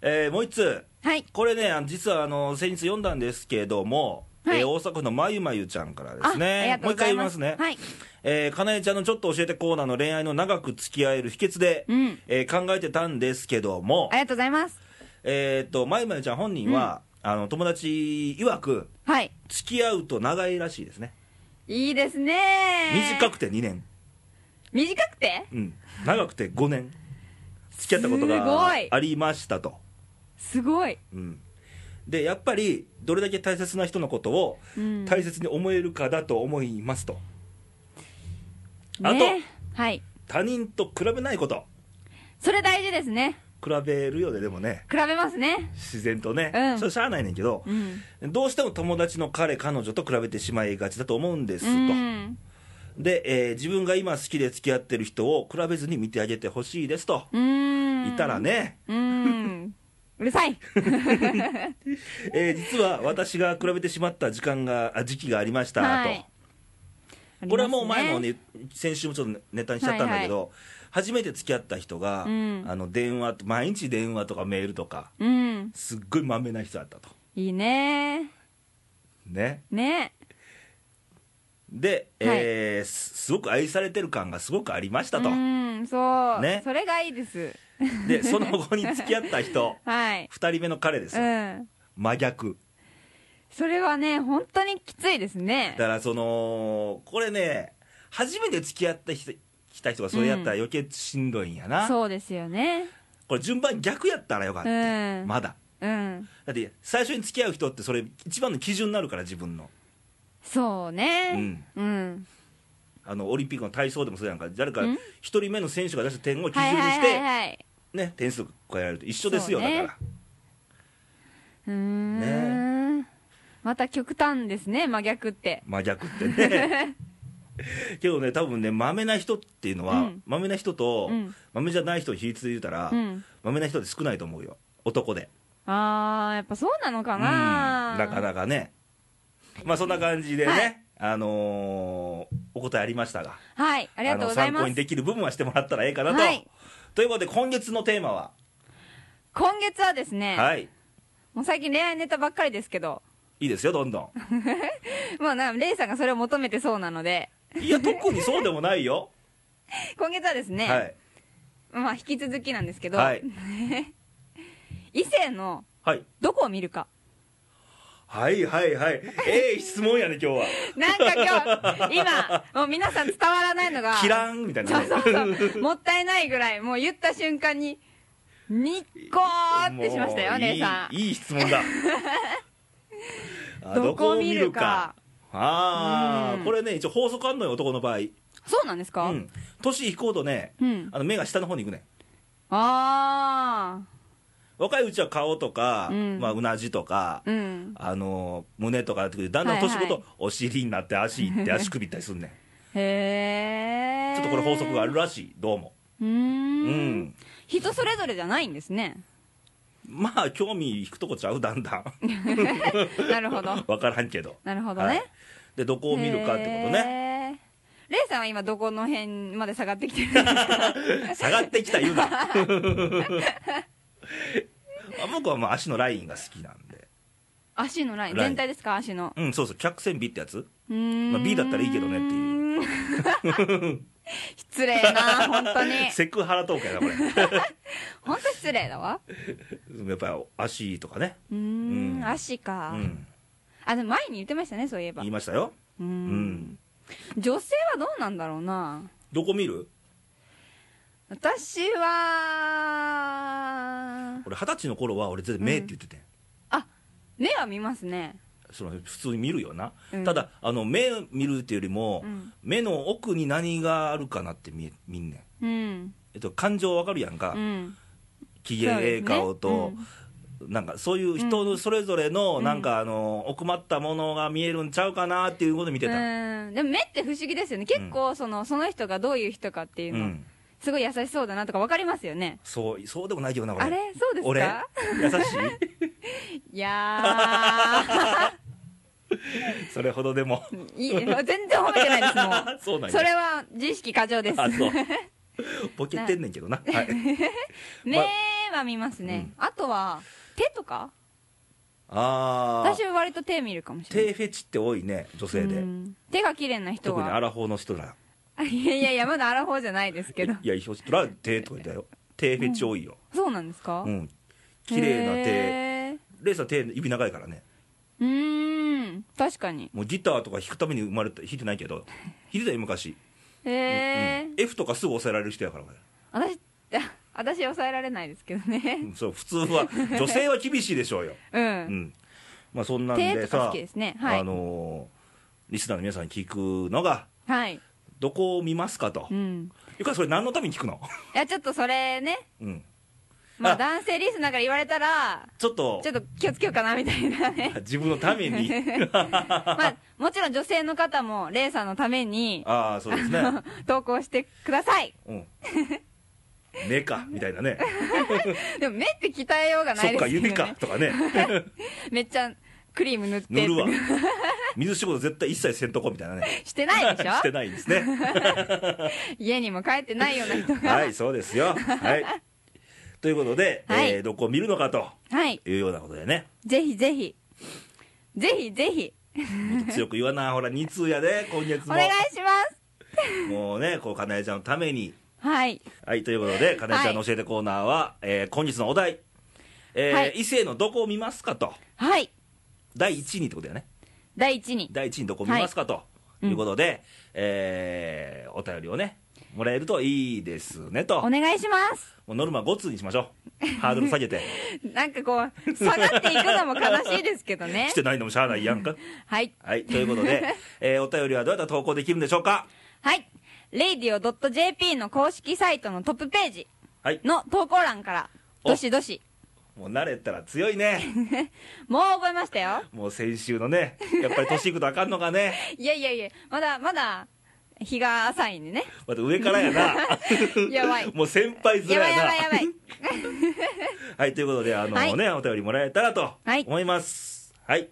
Speaker 1: えーもう一つ
Speaker 2: はい
Speaker 1: これねあの実はあの先日読んだんですけども、
Speaker 2: はい
Speaker 1: えー大阪府のまゆまゆちゃんからで
Speaker 2: あ
Speaker 1: す
Speaker 2: あり
Speaker 1: ね
Speaker 2: がと
Speaker 1: もう一
Speaker 2: うござ
Speaker 1: 回
Speaker 2: い
Speaker 1: 言いま
Speaker 2: ますす
Speaker 1: ね、
Speaker 2: はい
Speaker 1: えーかなえちゃんのちょっと教えてコーナーの恋愛の長く付き合える秘訣で、
Speaker 2: うん
Speaker 1: えー考えてたんですけども
Speaker 2: ありがとうございます
Speaker 1: えーっとまゆまゆちゃん本人は、あの友達曰く
Speaker 2: はい
Speaker 1: 付き合うと長いらしいですね
Speaker 2: いいですね
Speaker 1: 短くて2年、
Speaker 2: 短くて
Speaker 1: うん、長くて5年付き合ったこと
Speaker 2: すご
Speaker 1: が
Speaker 2: い
Speaker 1: ありましたと
Speaker 2: すごい、
Speaker 1: うん、でやっぱりどれだけ大切な人のことを
Speaker 2: うん
Speaker 1: 大切に思えるかだと思いますと、あと
Speaker 2: ねはい
Speaker 1: 他人と比べないこと
Speaker 2: それ大事ですね
Speaker 1: 比べるよねでもね
Speaker 2: 比べますね
Speaker 1: 自然とね、
Speaker 2: うん
Speaker 1: それしゃあないねんけど
Speaker 2: う、ん
Speaker 1: どうしても友達の彼彼女と比べてしまいがちだと思うんです
Speaker 2: う
Speaker 1: と、
Speaker 2: ん
Speaker 1: で、えー自分が今好きで付き合ってる人を比べずに見てあげてほしいですと、
Speaker 2: うん
Speaker 1: いたらね、
Speaker 2: うんうる
Speaker 1: [LAUGHS]
Speaker 2: さい
Speaker 1: えー実は私が比べてしまった時間があ時期がありましたと、
Speaker 2: はい
Speaker 1: これはもう
Speaker 2: あり
Speaker 1: 前
Speaker 2: ます
Speaker 1: もね先週もちょっとネタにしちゃったんだけど、初めて付き合った人が、
Speaker 2: うん
Speaker 1: あの電話毎日電話とかメールとか
Speaker 2: うん
Speaker 1: すっごいまめな人だったと
Speaker 2: いいね
Speaker 1: ね
Speaker 2: ね
Speaker 1: で、えーすすごく愛されてる感がすごくありましたと、
Speaker 2: うんそう、
Speaker 1: ね
Speaker 2: それがいいです
Speaker 1: でその後に付き合った人 [LAUGHS]
Speaker 2: はい
Speaker 1: 2人目の彼です
Speaker 2: う
Speaker 1: よ、
Speaker 2: ん
Speaker 1: 真逆
Speaker 2: それはね本当にきついですね
Speaker 1: だからそのこれね初めて付き合った人来た人がそれやったら余計しんどいんやな、
Speaker 2: そうですよね
Speaker 1: これ順番逆やったらよかった、
Speaker 2: うん
Speaker 1: まだ
Speaker 2: うん
Speaker 1: だって最初に付き合う人ってそれ一番の基準になるから自分の
Speaker 2: そうねうん、
Speaker 1: あのオリンピックの体操でもそうやんか誰か
Speaker 2: うん
Speaker 1: 一人目の選手が出した点を基準
Speaker 2: はい
Speaker 1: に
Speaker 2: は
Speaker 1: し
Speaker 2: い
Speaker 1: て、
Speaker 2: はいはい
Speaker 1: ね、点数加えられると一緒ですよ、
Speaker 2: そうね
Speaker 1: だから
Speaker 2: うーん、また極端ですね真逆って
Speaker 1: 真逆って
Speaker 2: [LAUGHS]
Speaker 1: ねけどね多分ねまめな人っていうの
Speaker 2: う
Speaker 1: は
Speaker 2: ん
Speaker 1: まめ、な人と
Speaker 2: うん
Speaker 1: まめ、じゃない人の比率で言うたら
Speaker 2: うん
Speaker 1: まめ、な人って少ないと思うよ男で
Speaker 2: あーやっぱそうなのか
Speaker 1: うん
Speaker 2: な、
Speaker 1: なかなかねまあそんな感じでね、
Speaker 2: はい
Speaker 1: あのーお答えありましたが
Speaker 2: はいありがとうござい
Speaker 1: あの参
Speaker 2: ま
Speaker 1: 考に
Speaker 2: す
Speaker 1: できる部分はしてもらったらええかなと、
Speaker 2: はい
Speaker 1: ということで今月のテーマは、
Speaker 2: 今月はですね、
Speaker 1: はい
Speaker 2: もう最近恋愛ネタばっかりですけど
Speaker 1: いいですよどんど
Speaker 2: もうなレイさんがそれを求めてそうなので
Speaker 1: んいや特にそうでもないよ
Speaker 2: 今月はですね、
Speaker 1: はい
Speaker 2: まあ引き続きなんですけど、
Speaker 1: はい
Speaker 2: 異性の
Speaker 1: はい
Speaker 2: どこを見るか
Speaker 1: はいはいはいええ質問やね
Speaker 2: [LAUGHS]
Speaker 1: 今日は
Speaker 2: なんか今日今もう皆さん伝わらないのが
Speaker 1: 「キラン」みたいな
Speaker 2: そう
Speaker 1: ね
Speaker 2: そうそうもったいないぐらいもう言った瞬間にニッコーってしました
Speaker 1: も
Speaker 2: よ
Speaker 1: う
Speaker 2: 姉さん
Speaker 1: いいいい質問
Speaker 2: [LAUGHS]
Speaker 1: だあ
Speaker 2: どこを見るか
Speaker 1: ああ
Speaker 2: うん
Speaker 1: これね一応法則あんのよ男の場合
Speaker 2: そうなんですか
Speaker 1: うん年いこうとね
Speaker 2: うん
Speaker 1: あの目が下の方に行くね
Speaker 2: あ
Speaker 1: 若いうちは顔とか、
Speaker 2: うん
Speaker 1: まあ、うなじとか、
Speaker 2: あうん
Speaker 1: あの胸とかなってくるとだんだん年ご
Speaker 2: はい
Speaker 1: とお尻になって足行って足首行ったりすんねん
Speaker 2: へえ
Speaker 1: ちょっとこれ法則があるらしいどうも
Speaker 2: うー
Speaker 1: うんん
Speaker 2: 人それぞれじゃないんですね
Speaker 1: まあ興味引くとこちゃうだんだん [LAUGHS]
Speaker 2: なるほど
Speaker 1: 分からんけど
Speaker 2: なるほど
Speaker 1: はい
Speaker 2: ね、
Speaker 1: でどこを見るかってことね
Speaker 2: ねレイさんは今どこの辺まで下がってきてるん
Speaker 1: [LAUGHS]
Speaker 2: ですか
Speaker 1: 下がってきた言
Speaker 2: [LAUGHS]
Speaker 1: うなあ僕はまあ足のラインが好きなんで
Speaker 2: 足のライン
Speaker 1: ライン
Speaker 2: 全体ですか足の
Speaker 1: うんそうそう客船美ってやつ
Speaker 2: うーん、
Speaker 1: まあ B だったらいいけどねって
Speaker 2: いう [LAUGHS] 失礼な本当に
Speaker 1: セクハラトークやなこれ [LAUGHS]
Speaker 2: 本当失礼だわ
Speaker 1: やっぱり足とかね
Speaker 2: うーん
Speaker 1: うん
Speaker 2: 足
Speaker 1: う
Speaker 2: か、
Speaker 1: ん
Speaker 2: あでも前に言ってましたねそういえば
Speaker 1: 言
Speaker 2: う
Speaker 1: いましたよ
Speaker 2: ーん
Speaker 1: うん
Speaker 2: 女性はどうなんだろうな
Speaker 1: どこ見る
Speaker 2: 私は
Speaker 1: 俺二十歳の頃は俺全然目って言っててん
Speaker 2: あ目は見ますね
Speaker 1: その普通に見るよな、
Speaker 2: うん
Speaker 1: ただあの目見るっていうよりも、
Speaker 2: うん
Speaker 1: 目の奥に何があるかなって見え見んねん、
Speaker 2: うん
Speaker 1: えっと、感情わかるやんか、
Speaker 2: うん
Speaker 1: 機嫌ええ顔
Speaker 2: そう
Speaker 1: と
Speaker 2: で、
Speaker 1: なんかそういう人のそれぞれの、なんかあの奥まったものが見えるんちゃうかなっていうこと見て
Speaker 2: う
Speaker 1: た、
Speaker 2: ーんでも目って不思議ですよね結構その,、その人がどういう人かっていう
Speaker 1: う
Speaker 2: の、
Speaker 1: ん、
Speaker 2: すごい優しそうだなとか分かりますよね
Speaker 1: そうそうでもないけどな俺
Speaker 2: あれそうです
Speaker 1: 俺
Speaker 2: か
Speaker 1: 優し
Speaker 2: いや [LAUGHS]
Speaker 1: いそれほどでも
Speaker 2: ー [LAUGHS] いい全然褒めてないですもう
Speaker 1: [LAUGHS] そうなんや
Speaker 2: それは自意識過剰です
Speaker 1: あそうボケてんねんけどな、はい、
Speaker 2: [LAUGHS] 目は見ますね、あとは手とか
Speaker 1: ああ
Speaker 2: 私は割と手見るかもしれない
Speaker 1: 手フェチって多いね女性で、
Speaker 2: うん手が綺麗な人
Speaker 1: 特に
Speaker 2: は
Speaker 1: アラフォーの人ら
Speaker 2: [LAUGHS] いやいやいやまだアラフォーじゃないです
Speaker 1: [LAUGHS]
Speaker 2: けど
Speaker 1: いや、ひょっとしたら手とかだよ。手フェチ多いよ。
Speaker 2: そうなんですか、
Speaker 1: うん。綺麗な手。
Speaker 2: へー
Speaker 1: レイさん手指長いからね。
Speaker 2: うーん確かに
Speaker 1: もうギターとか弾くために生まれた、弾いてないけ
Speaker 2: [LAUGHS]
Speaker 1: ど。弾いてたよ、昔。
Speaker 2: へえ、
Speaker 1: うん F とかすぐ押さえられる人やから、俺
Speaker 2: 私 [LAUGHS] あ私抑えられないですけどね
Speaker 1: そう普通
Speaker 2: [LAUGHS]
Speaker 1: は女性は厳しいでしょうよ、
Speaker 2: う
Speaker 1: うんんまあ、そんなん
Speaker 2: 手
Speaker 1: で
Speaker 2: とか
Speaker 1: さ
Speaker 2: 好きですねはい、
Speaker 1: あのーリスナーの皆さんに聞くのが
Speaker 2: はい
Speaker 1: どこを見ますかと、
Speaker 2: うん
Speaker 1: ゆかそれ何のために聞く
Speaker 2: [LAUGHS]
Speaker 1: の、
Speaker 2: いやちょっとそれね
Speaker 1: うん、
Speaker 2: ま
Speaker 1: あ
Speaker 2: あ男性リスナーから言われたら
Speaker 1: ちょっと
Speaker 2: ちょっと気をつけようかなみたい
Speaker 1: [LAUGHS]
Speaker 2: なね
Speaker 1: 自分のために
Speaker 2: [LAUGHS] まあもちろん女性の方もレイさんのために
Speaker 1: ああそう
Speaker 2: [LAUGHS]
Speaker 1: ですね
Speaker 2: 投稿してください
Speaker 1: うん目かみたいなね
Speaker 2: でも目って鍛えようがな
Speaker 1: そ
Speaker 2: い
Speaker 1: っ
Speaker 2: です
Speaker 1: か
Speaker 2: けど、ね、
Speaker 1: 指かとかね
Speaker 2: めっちゃクリーム塗って
Speaker 1: 塗るわ [LAUGHS] 水仕事絶対一切せんとこみたいなね
Speaker 2: してないでしょ
Speaker 1: [LAUGHS] してないですね
Speaker 2: 家にも帰ってないような人
Speaker 1: [LAUGHS]
Speaker 2: が
Speaker 1: はい、そうですよ。はい。ということで、
Speaker 2: はい
Speaker 1: えーどこを見るのかと
Speaker 2: はい、
Speaker 1: いうようなことでね、
Speaker 2: ぜひぜひぜひぜひ
Speaker 1: もっと強く言わな、ほ [LAUGHS] ら、2通やで、今月
Speaker 2: お
Speaker 1: も。
Speaker 2: 願いします
Speaker 1: もうね、こう、かなえちゃんのために。
Speaker 2: はい
Speaker 1: はい、ということで、かなえちゃんの教えてコーナーは、えー今日のお題、えー
Speaker 2: はい
Speaker 1: 異性のどこを見ますかと、
Speaker 2: はい
Speaker 1: 第1位にってことだよね、
Speaker 2: 第一に
Speaker 1: 第1位にどこを見ますかと、い、
Speaker 2: うん
Speaker 1: うことで、えーお便りをね、もらえるといいですねと、
Speaker 2: [LAUGHS] お願いします
Speaker 1: もうノルマ5通にしましょう、ハードル下げて、
Speaker 2: なんかこう下がっていくのも悲しいですけどね
Speaker 1: [LAUGHS] してないのもしゃあないやんか。
Speaker 2: はい
Speaker 1: はい、ということ
Speaker 2: [LAUGHS]
Speaker 1: で、えーお便りはどうやったら投稿できるんでしょうか
Speaker 2: はい radio.jp の公式サイトのトップページ
Speaker 1: はい、
Speaker 2: の投稿欄から
Speaker 1: お
Speaker 2: どしどし
Speaker 1: もう慣れたら強いね。
Speaker 2: もう覚えましたよ
Speaker 1: もう先週のね、やっぱり年いくとあかんのかね。
Speaker 2: いやいやいやまだまだ日が浅いん
Speaker 1: [LAUGHS]
Speaker 2: でね
Speaker 1: また上からやな。[LAUGHS]
Speaker 2: やばい
Speaker 1: もう先輩面
Speaker 2: やばい
Speaker 1: や
Speaker 2: や
Speaker 1: な。
Speaker 2: ばいやばい
Speaker 1: はい、ということで、あの
Speaker 2: はい
Speaker 1: ね、お便りもらえたらと
Speaker 2: はい
Speaker 1: 思います。はい。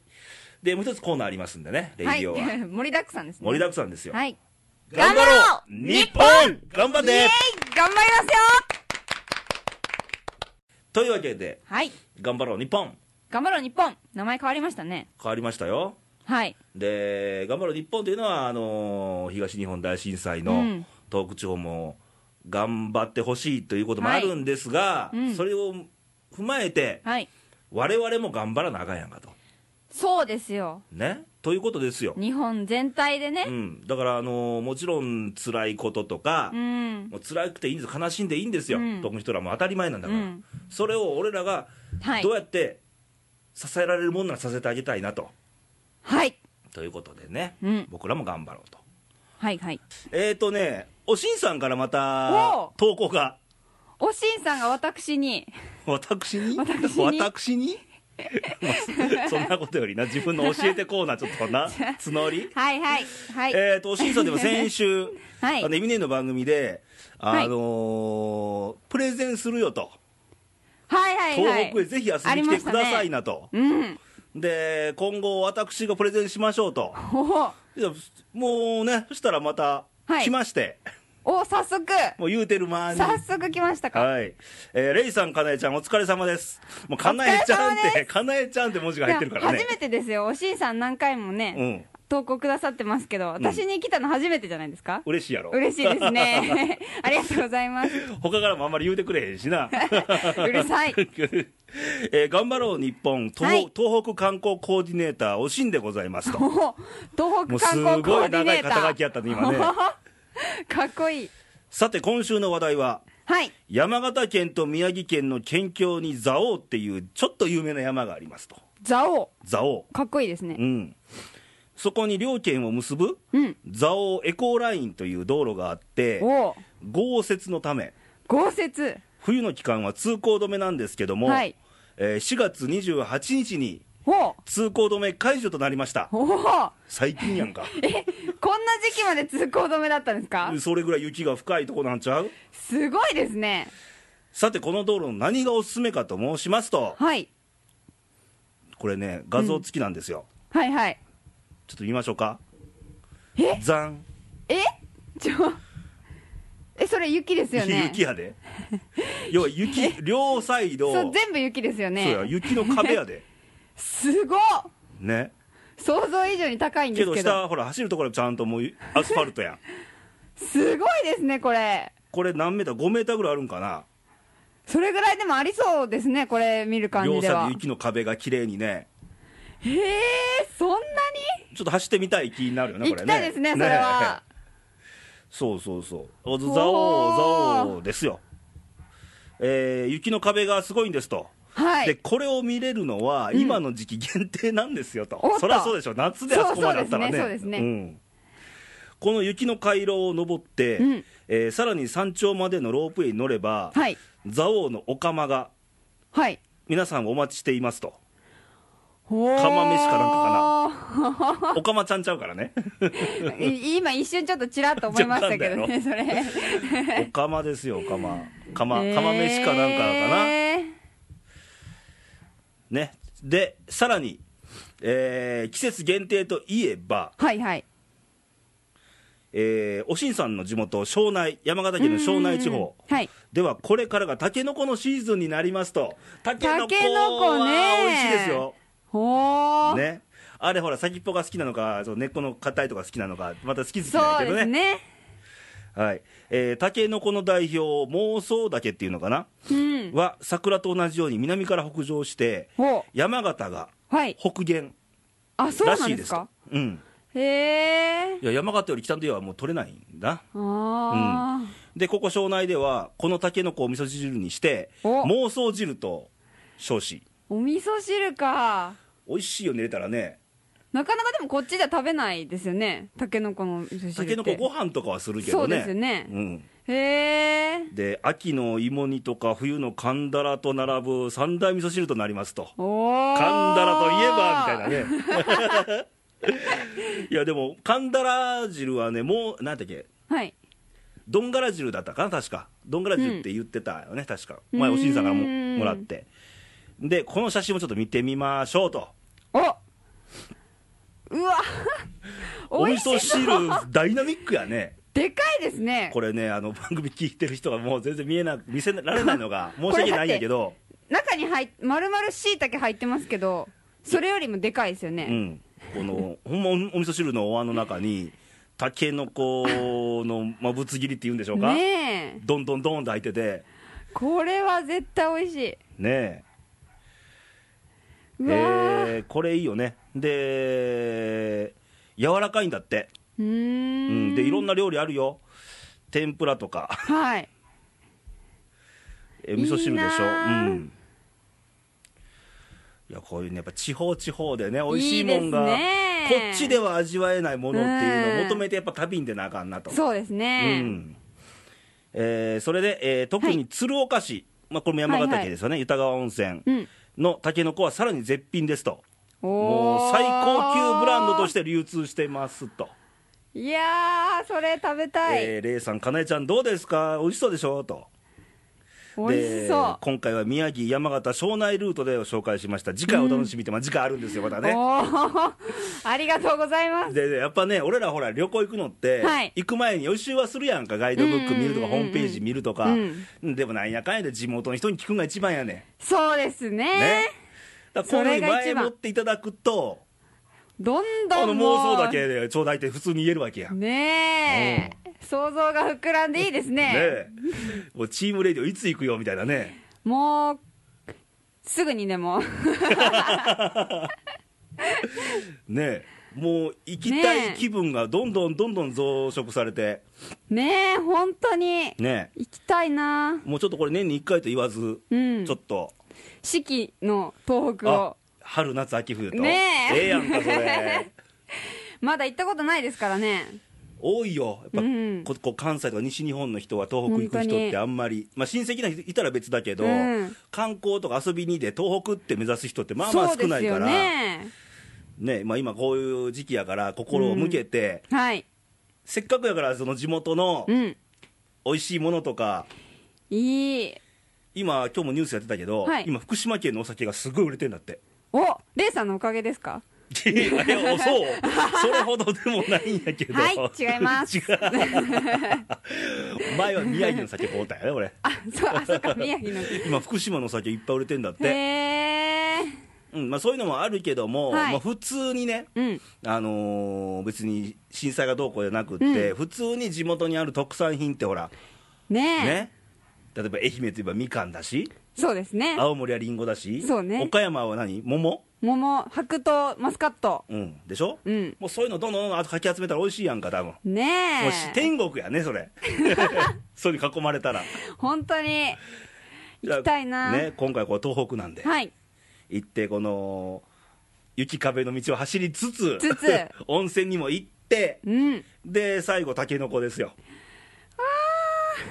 Speaker 1: で、もう一つコーナーありますんでね、 [LAUGHS] レイディオは。
Speaker 2: はい、 [LAUGHS] 盛りだくさんですね
Speaker 1: 盛りだくさんですよ。
Speaker 2: はい
Speaker 1: 頑張ろう
Speaker 2: 頑張ろう
Speaker 1: 日本頑張っ
Speaker 2: イエ
Speaker 1: て
Speaker 2: ーイ頑張りますよ
Speaker 1: というわけで、
Speaker 2: はい
Speaker 1: 頑張ろう日本
Speaker 2: 頑張ろう日本名前変わりましたね
Speaker 1: 変わりましたよ。
Speaker 2: はい
Speaker 1: で、頑張ろう日本というのは、あのー東日本大震災
Speaker 2: う
Speaker 1: の
Speaker 2: ん
Speaker 1: 東北地方も頑張ってほしいということもあるんですが、
Speaker 2: はいうん
Speaker 1: それを踏まえて、
Speaker 2: はい
Speaker 1: 我々も頑張らなあかんやんかと。
Speaker 2: そうですよ
Speaker 1: ね、ということですよ。
Speaker 2: 日本全体で
Speaker 1: う
Speaker 2: ね
Speaker 1: ん、だから、あのーもちろん辛いこととか、
Speaker 2: うん、
Speaker 1: もう辛くていいんです、悲しんでいいんですよ、
Speaker 2: うん
Speaker 1: 特に人らも当たり前なんだ
Speaker 2: う
Speaker 1: から、
Speaker 2: ん、
Speaker 1: それを俺らが
Speaker 2: はい
Speaker 1: どうやって支えられるもんならさせてあげたいなと。
Speaker 2: はい
Speaker 1: ということでね、
Speaker 2: うん
Speaker 1: 僕らも頑張ろうと。
Speaker 2: はいはい
Speaker 1: えーとね、おしんさんからま
Speaker 2: お
Speaker 1: た
Speaker 2: う
Speaker 1: 投稿が、
Speaker 2: おしんさんが私に
Speaker 1: 私に
Speaker 2: 私に
Speaker 1: 私に [LAUGHS] まあそんなことよりな、自分の教えてコーナー、ちょっと
Speaker 2: [LAUGHS]
Speaker 1: な、募り。
Speaker 2: はいはいはい、
Speaker 1: えーと、おしんさんでも先週、
Speaker 2: [LAUGHS] はい
Speaker 1: あのエミネの番組で、あ
Speaker 2: はい
Speaker 1: のープレゼンするよと、
Speaker 2: はいはいはい
Speaker 1: 東北へぜひ遊びに来てくださいなと、
Speaker 2: うん
Speaker 1: で今後、私がプレゼンしましょうと、
Speaker 2: お
Speaker 1: いやもうね、そしたらまた
Speaker 2: はい
Speaker 1: 来まして、
Speaker 2: お早速
Speaker 1: もう言うてる間に。
Speaker 2: 早速来ましたか
Speaker 1: はい。えーレイさん、かなえちゃん、お疲れ様です。もう、かなえちゃんっ
Speaker 2: お疲れ様
Speaker 1: て、かなえちゃんって文字が入ってるから
Speaker 2: い
Speaker 1: ね。
Speaker 2: や初めてですよおしんさん何回もね、
Speaker 1: うん。
Speaker 2: 投稿くださってますけど私に来たの初めてじゃないですか、
Speaker 1: 嬉しいやろ。
Speaker 2: 嬉しいです
Speaker 1: [LAUGHS]
Speaker 2: ねありがとうございます
Speaker 1: 他からもあんまり言うてくれへんしな。 [LAUGHS]
Speaker 2: うるさい
Speaker 1: えー頑張ろう日本東,、
Speaker 2: はい
Speaker 1: 東北観光コーディネーター、おしんでござい
Speaker 2: [LAUGHS]
Speaker 1: ますと。も
Speaker 2: お東
Speaker 1: う
Speaker 2: 北
Speaker 1: す
Speaker 2: 観光コ
Speaker 1: ご
Speaker 2: ー
Speaker 1: い
Speaker 2: ディ
Speaker 1: 長
Speaker 2: ネ
Speaker 1: い
Speaker 2: ーター
Speaker 1: 肩書きやったね、今ね。
Speaker 2: かっこいい
Speaker 1: [LAUGHS] さて、今週の話題は、
Speaker 2: はい
Speaker 1: 山形県と宮城県の県境に蔵王っていう、ちょっと有名な山がありますと。
Speaker 2: 蔵王
Speaker 1: 蔵王。
Speaker 2: かっこいいですね
Speaker 1: うん。そこに両県を結ぶ、
Speaker 2: うん
Speaker 1: 蔵王エコーラインという道路があって、
Speaker 2: おお
Speaker 1: 豪雪のため、
Speaker 2: 豪雪
Speaker 1: 冬の期間は通行止めなんですけども、
Speaker 2: はい
Speaker 1: えー4月28日に
Speaker 2: おお
Speaker 1: 通行止め解除となりました、
Speaker 2: おお
Speaker 1: 最近やん
Speaker 2: [LAUGHS]
Speaker 1: か、
Speaker 2: こんな時期まで通行止めだったんですか
Speaker 1: それぐらい雪が深いとこなんちゃう
Speaker 2: すごいですね
Speaker 1: さて、この道路の何がおすすめかと申しますと、
Speaker 2: はい
Speaker 1: これね、画像付きなんですよ、
Speaker 2: はいはい
Speaker 1: ちょっと見ましょうか、
Speaker 2: え
Speaker 1: ざん、
Speaker 2: えちょえそれ雪ですよね
Speaker 1: [LAUGHS] 雪や
Speaker 2: [LAUGHS]
Speaker 1: で、要は雪、両サイド、
Speaker 2: そう全部雪ですよ
Speaker 1: そうや
Speaker 2: ね
Speaker 1: 雪の壁や
Speaker 2: [LAUGHS]
Speaker 1: で、
Speaker 2: すごっ
Speaker 1: ね、
Speaker 2: 想像以上に高いんで
Speaker 1: け
Speaker 2: す
Speaker 1: ど
Speaker 2: けど
Speaker 1: 下、ほら、走るところちゃんともうアスファルトやん、 [LAUGHS]
Speaker 2: すごいですねこれ
Speaker 1: これ、何メーター、5メーターぐらいあるんかな。
Speaker 2: それぐらいでもありそうですねこれ見る感じ
Speaker 1: 両
Speaker 2: で
Speaker 1: サイド
Speaker 2: は
Speaker 1: 雪の壁が綺麗にね
Speaker 2: へえそんな
Speaker 1: ちょっと走ってみたい気になるよね
Speaker 2: に
Speaker 1: これ
Speaker 2: 行
Speaker 1: ね
Speaker 2: きたいですねそれは
Speaker 1: ね [LAUGHS] そうそうそうおざお
Speaker 2: ほ
Speaker 1: ざ
Speaker 2: ー
Speaker 1: おですよえー雪の壁がすごいんですと、
Speaker 2: は
Speaker 1: で
Speaker 2: い。
Speaker 1: これを見れるのは、
Speaker 2: うん
Speaker 1: 今の時期限定なんですよと
Speaker 2: おっ、と
Speaker 1: そりゃそうでしょ、夏であそこまであったらね、
Speaker 2: そうそうですねそうですね
Speaker 1: んこの雪の回廊を登って、
Speaker 2: うん
Speaker 1: えーさらに山頂までのロープウェイに乗れば、
Speaker 2: はい。
Speaker 1: 蔵王のお釜が
Speaker 2: はい。
Speaker 1: 皆さんお待ちしています
Speaker 2: [LAUGHS]
Speaker 1: と、
Speaker 2: おー
Speaker 1: 釜飯かなんお釜ちゃんちゃうからね、
Speaker 2: い今一瞬ちょっとちらっと思いましたけどね、それ。
Speaker 1: お釜ですよ、お釜、釜
Speaker 2: えー
Speaker 1: 釜飯かなんかかな。ね、で、さらに、えー季節限定といえば、
Speaker 2: はいはい。
Speaker 1: えーおしんさんの地元、庄内、山形県の庄内地
Speaker 2: うんうんうん
Speaker 1: 方。
Speaker 2: はい。
Speaker 1: ではこれからがタケノコのシーズンになりますとタケノコ
Speaker 2: タケノコね
Speaker 1: は美味しいですよ、
Speaker 2: おー。
Speaker 1: ね、あれほら先っぽが好きなのかそう根っこの硬いとか好きなのかまた好き好きなん
Speaker 2: そ
Speaker 1: や
Speaker 2: う
Speaker 1: けど
Speaker 2: です
Speaker 1: ね
Speaker 2: ね。
Speaker 1: はいえー、タケノコの代表妄想竹っていうのかな、
Speaker 2: うん。
Speaker 1: は桜と同じように南から北上して
Speaker 2: お
Speaker 1: 山形が
Speaker 2: はい。
Speaker 1: 北限
Speaker 2: あ、そう
Speaker 1: ら
Speaker 2: な
Speaker 1: し
Speaker 2: ん
Speaker 1: い
Speaker 2: で
Speaker 1: ですすと
Speaker 2: か
Speaker 1: うん
Speaker 2: へえ。
Speaker 1: いや山形より北の家はもう取れないんだ
Speaker 2: あー。
Speaker 1: でここ庄内ではこのタケノコを味噌汁にして
Speaker 2: お
Speaker 1: 妄想汁と称し
Speaker 2: お味噌汁か。
Speaker 1: 美味しいよね入れたらね
Speaker 2: なかなかでもこっちじゃ食べないですよね。タケノコの味噌汁って。
Speaker 1: タケノコご飯とかはするけ
Speaker 2: そ
Speaker 1: ど
Speaker 2: う
Speaker 1: ね
Speaker 2: ですよね
Speaker 1: う。ん、
Speaker 2: へえ。
Speaker 1: で秋の芋煮とか冬の寒だらと並ぶ三大味噌汁となりますと
Speaker 2: おー。
Speaker 1: 寒だらといえばみたいなね [LAUGHS] いやでも寒だら汁はねもうなんだっけ
Speaker 2: な。はい。
Speaker 1: どんがら汁だったかな確かどんがら汁って言ってたよね、確か前
Speaker 2: うーん
Speaker 1: おしんさんからももらってでこの写真もちょっと見てみましょうと
Speaker 2: おうわ
Speaker 1: [LAUGHS] お
Speaker 2: 美
Speaker 1: 味
Speaker 2: 味しそう
Speaker 1: 噌汁ダイナミックやね
Speaker 2: でかいですね
Speaker 1: これねあの番組聞いてる人がもう全然見えな見せられないの [LAUGHS] が申し訳ないんやけど
Speaker 2: 中に入っ丸々しいたけ入ってますけどそれよりもでかいですよ
Speaker 1: う
Speaker 2: ね、
Speaker 1: ん、このほんまおお味噌汁のお椀の中にたけのこの、まあ、ぶつ切りっていうんでしょうか、
Speaker 2: ねえ
Speaker 1: どんどんどんと入ってて
Speaker 2: これは絶対美味しい
Speaker 1: ねえ
Speaker 2: うわー、
Speaker 1: えーこれいいよねで柔らかいんだって、
Speaker 2: う
Speaker 1: う
Speaker 2: ー
Speaker 1: ん
Speaker 2: ん
Speaker 1: でいろんな
Speaker 2: な
Speaker 1: 料理あるよ天ぷらとか
Speaker 2: [LAUGHS] はい
Speaker 1: え味噌汁でしょ
Speaker 2: いいなあ
Speaker 1: うんいやこういうねやっぱ地方地方でね美味しいもんが
Speaker 2: いいです
Speaker 1: こ
Speaker 2: ね
Speaker 1: っちでは味わえないものっていうのを
Speaker 2: うん
Speaker 1: 求めてやっぱ旅に出なあかんなと
Speaker 2: そうですね、
Speaker 1: うんえーそれで、えー特
Speaker 2: は
Speaker 1: に鶴岡市、まあ、これも山
Speaker 2: はい
Speaker 1: 形
Speaker 2: はい
Speaker 1: 県ですよね、豊川温泉
Speaker 2: うん
Speaker 1: のたけのこはさらに絶品ですと、
Speaker 2: おー
Speaker 1: もう最高級ブランドとして流通してますと、
Speaker 2: いやーそれ食べたい、
Speaker 1: えーレイさん、かなえちゃん、どうですか、美味しそうでしょと、
Speaker 2: 美味し
Speaker 1: で
Speaker 2: そ
Speaker 1: 今回は宮城、山形、庄内ルートで紹介しました、次回お楽しみって、まあ、次回あるんですよ、また
Speaker 2: う、
Speaker 1: ね。
Speaker 2: おー [LAUGHS] ありがとうございます
Speaker 1: ででやっぱね、俺らほら、旅行行くのって、
Speaker 2: はい
Speaker 1: 行く前に予習はするやんか、ガイドブック見るとか、
Speaker 2: うん
Speaker 1: ホ
Speaker 2: うんうんうん
Speaker 1: ームページ見るとか、
Speaker 2: うん
Speaker 1: でもなんやかんやで地元の人に聞くのが一番やねん。
Speaker 2: そうですね
Speaker 1: ね、だからこのように
Speaker 2: それが
Speaker 1: 前
Speaker 2: 一番
Speaker 1: 持っていただくと、
Speaker 2: どん
Speaker 1: あの
Speaker 2: どん
Speaker 1: 妄
Speaker 2: も
Speaker 1: 想
Speaker 2: う
Speaker 1: だけでちょうだいって普通に言えるわけや。ね
Speaker 2: ねえ、想像が膨らんでいいですね
Speaker 1: え、もうチームレディオいつ行くよみたいなね、
Speaker 2: もうすぐにでも
Speaker 1: ねえもう行きたい気分がどんどんどんどん増殖されて、
Speaker 2: ねえ本当に
Speaker 1: ね
Speaker 2: 行きたいな
Speaker 1: えもうちょっとこれ、年に1回と言わず、
Speaker 2: うん
Speaker 1: ちょっと、
Speaker 2: 四季の東北
Speaker 1: あ
Speaker 2: を
Speaker 1: 春、夏、秋、冬と、
Speaker 2: ねえ
Speaker 1: えやんか、そ
Speaker 2: [LAUGHS]
Speaker 1: れ、
Speaker 2: まだ行ったことないですからね
Speaker 1: 多いよ、やっぱ、
Speaker 2: うん
Speaker 1: ここう関西とか西日本の人は東北行く人ってあんまり、まあ、親戚な人いたら別だけど、
Speaker 2: うん
Speaker 1: 観光とか遊びにで東北って目指す人ってまあまあ
Speaker 2: そう
Speaker 1: 少
Speaker 2: で
Speaker 1: な
Speaker 2: す
Speaker 1: いか
Speaker 2: よ
Speaker 1: ら、
Speaker 2: ね
Speaker 1: ねまあ、今こういう時期やから心を向けて、
Speaker 2: はい
Speaker 1: せっかくやからその地元の
Speaker 2: うん
Speaker 1: 美味しいものとか、
Speaker 2: いい
Speaker 1: 今今日もニュースやってたけど、
Speaker 2: はい
Speaker 1: 今福島県のお酒がすごい売れてんだ
Speaker 2: [LAUGHS]
Speaker 1: って。
Speaker 2: おレイさんのおかげですか
Speaker 1: いやいやそうそれほどでもないんやけど
Speaker 2: はい違います
Speaker 1: 違う前は宮城の酒買うたんやね俺
Speaker 2: あそうあそ
Speaker 1: [LAUGHS]
Speaker 2: うか宮城の
Speaker 1: 今福島の酒いっぱい売れてんだっ
Speaker 2: へ
Speaker 1: て、
Speaker 2: え
Speaker 1: うんまあ、そういうのもあるけども、
Speaker 2: はい
Speaker 1: まあ、普通にね
Speaker 2: うん
Speaker 1: あのー別に震災がどうこうじゃなくって、
Speaker 2: う
Speaker 1: 普通に地元にある特産品ってほら、
Speaker 2: ねえ
Speaker 1: ね、例えば愛媛といえばみかんだし、
Speaker 2: そうですね
Speaker 1: 青森はりんごだし、
Speaker 2: そうね
Speaker 1: 岡山は何桃、
Speaker 2: 桃白桃マスカット
Speaker 1: うん、でしょ、
Speaker 2: うん
Speaker 1: もうそういうのどんどんどんどんかき集めたら美味しいやんか、多分も
Speaker 2: ねえ
Speaker 1: う
Speaker 2: [LAUGHS]
Speaker 1: し天国やね、それ、それに囲まれたら、
Speaker 2: 本当に
Speaker 1: じゃあ
Speaker 2: 行きたいな
Speaker 1: ね、今回こう東北なんで、
Speaker 2: はい
Speaker 1: 行ってこの雪壁の道を走りつつ
Speaker 2: つつ
Speaker 1: [LAUGHS] 温泉にも行って
Speaker 2: うん
Speaker 1: で最後タケノコですよ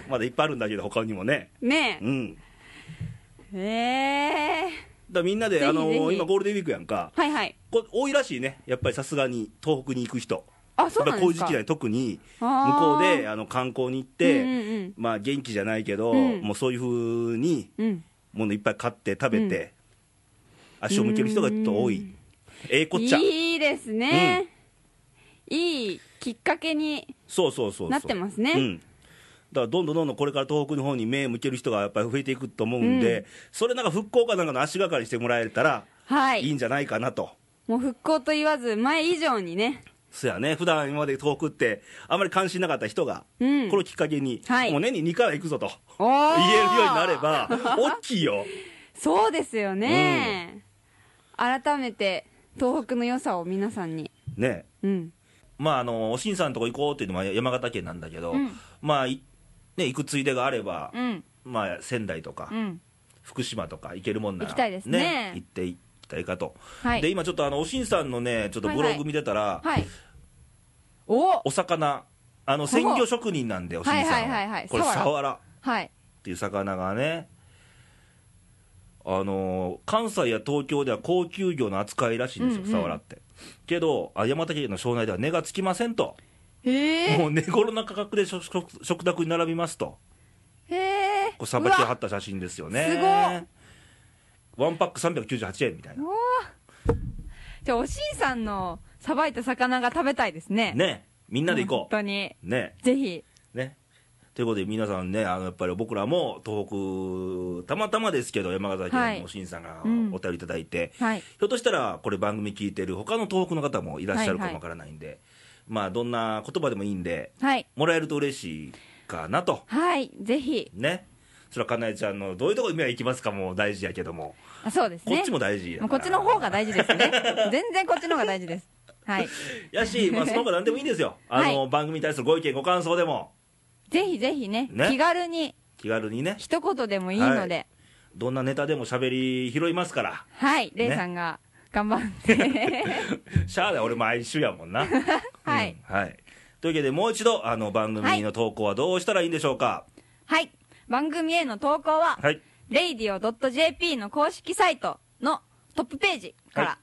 Speaker 1: まだいっぱいあるんだけど他にもね
Speaker 2: ね
Speaker 1: うんだか
Speaker 2: ええ
Speaker 1: らみんなで
Speaker 2: ぜひ
Speaker 1: あの
Speaker 2: ぜひ
Speaker 1: 今ゴールデンウィークやんか
Speaker 2: ー、はいはい
Speaker 1: こ多いらしいねやっぱりさすがに東北に行く人
Speaker 2: あそう
Speaker 1: や
Speaker 2: な
Speaker 1: っ
Speaker 2: ん
Speaker 1: ぱこ
Speaker 2: で
Speaker 1: ういう時
Speaker 2: すか
Speaker 1: 期だね特に向
Speaker 2: あ
Speaker 1: こう
Speaker 2: ー
Speaker 1: であの観光に行って、
Speaker 2: うんうん
Speaker 1: まあ元気じゃないけど、
Speaker 2: うん
Speaker 1: もうそういうふうに
Speaker 2: うんうん
Speaker 1: ものいっぱい買って食べて、足を向ける人がちょっと多
Speaker 2: う
Speaker 1: い
Speaker 2: ん
Speaker 1: ええこっちゃ
Speaker 2: いいですね、いいきっかけに
Speaker 1: そうそうそうそう
Speaker 2: なってますね
Speaker 1: うん、だからどんどんどんどんこれから東北の方に目向ける人がやっぱり増えていくと思うんで、
Speaker 2: うん
Speaker 1: それなんか復興かなんかの足がかりしてもらえたら
Speaker 2: はい
Speaker 1: いいんじゃないかなと、
Speaker 2: もう復興と言わず前以上にね
Speaker 1: そやね普段今まで東北ってあまり関心なかった人が、
Speaker 2: うん
Speaker 1: これをきっかけに、
Speaker 2: はい
Speaker 1: もう年に2回は行くぞと
Speaker 2: お
Speaker 1: 言
Speaker 2: ー
Speaker 1: えるようになれば大きいよ
Speaker 2: そうですよね、改めて東北の良さを皆さんに
Speaker 1: ね
Speaker 2: うん
Speaker 1: まああのおしんさんのとこ行こうっていうのは山形県なんだけど、
Speaker 2: うん
Speaker 1: まあいね行くついでがあれば、
Speaker 2: うん
Speaker 1: まあ仙台とか、
Speaker 2: うん
Speaker 1: 福島とか行けるもんなら
Speaker 2: 行きたいですね
Speaker 1: 行っていきたいかと、
Speaker 2: はい
Speaker 1: で今ちょっとあのおしんさんのねちょっとブログ見てたら、
Speaker 2: はいお
Speaker 1: お魚あの鮮魚職人なんでおしんさんは,、
Speaker 2: はいはいはいはい
Speaker 1: これ
Speaker 2: サワラ
Speaker 1: サワラっ
Speaker 2: はい
Speaker 1: ていう魚がねあのー関西や東京では高級魚の扱いらしいんですよ、
Speaker 2: うんうん
Speaker 1: サワラってけどあ山形県の庄内では値がつきませんと
Speaker 2: へえ
Speaker 1: もう値頃な価格で食食食卓に並びますと
Speaker 2: へえ
Speaker 1: これさばきを張った写真ですよね
Speaker 2: うわ
Speaker 1: ワンパック398円みたいな
Speaker 2: じゃあおしんさんのさばいた魚が食べたいですね
Speaker 1: ねみんなで行こ
Speaker 2: 本当に
Speaker 1: うね
Speaker 2: ぜひ
Speaker 1: ねということで皆さんねあのやっぱり僕らも東北たまたまですけど山形
Speaker 2: は
Speaker 1: 県
Speaker 2: い
Speaker 1: のおしんさんが
Speaker 2: うん
Speaker 1: お便りいただいて、
Speaker 2: はい
Speaker 1: ひょっとしたらこれ番組聞いてる他の東北の方もいらっしゃるか
Speaker 2: はいはい
Speaker 1: もわからないんで、まあどんな言葉でもいいんで
Speaker 2: はい
Speaker 1: もらえると嬉しいかなと
Speaker 2: はいぜひ
Speaker 1: ねそれはかなえちゃんのどういうとこに目は行きますかも大事やけども、
Speaker 2: あそうです
Speaker 1: こ
Speaker 2: ね
Speaker 1: っちも大事や
Speaker 2: もう
Speaker 1: か
Speaker 2: こ
Speaker 1: ら
Speaker 2: っちの方が大事です
Speaker 1: [LAUGHS]
Speaker 2: ね全然こっちの方が大事ですはい
Speaker 1: やし、
Speaker 2: [LAUGHS]
Speaker 1: まあ、その他何でもいいんですよあ
Speaker 2: はい
Speaker 1: の、番組に対するご意見ご感想でも
Speaker 2: ぜひぜひね
Speaker 1: ね
Speaker 2: 気軽に
Speaker 1: 気軽にね
Speaker 2: 一言でもいいので
Speaker 1: どんなネタでも喋り拾いますから
Speaker 2: はいレイ、さんが頑張って
Speaker 1: [LAUGHS] しゃあない俺毎週やもんな
Speaker 2: [LAUGHS] はい、
Speaker 1: うんはい、というわけでもう一度あの番組の投稿はどうしたらいいんでしょうか
Speaker 2: はい番組への投稿は
Speaker 1: はい
Speaker 2: radio.jp の公式サイトのトップページから、
Speaker 1: は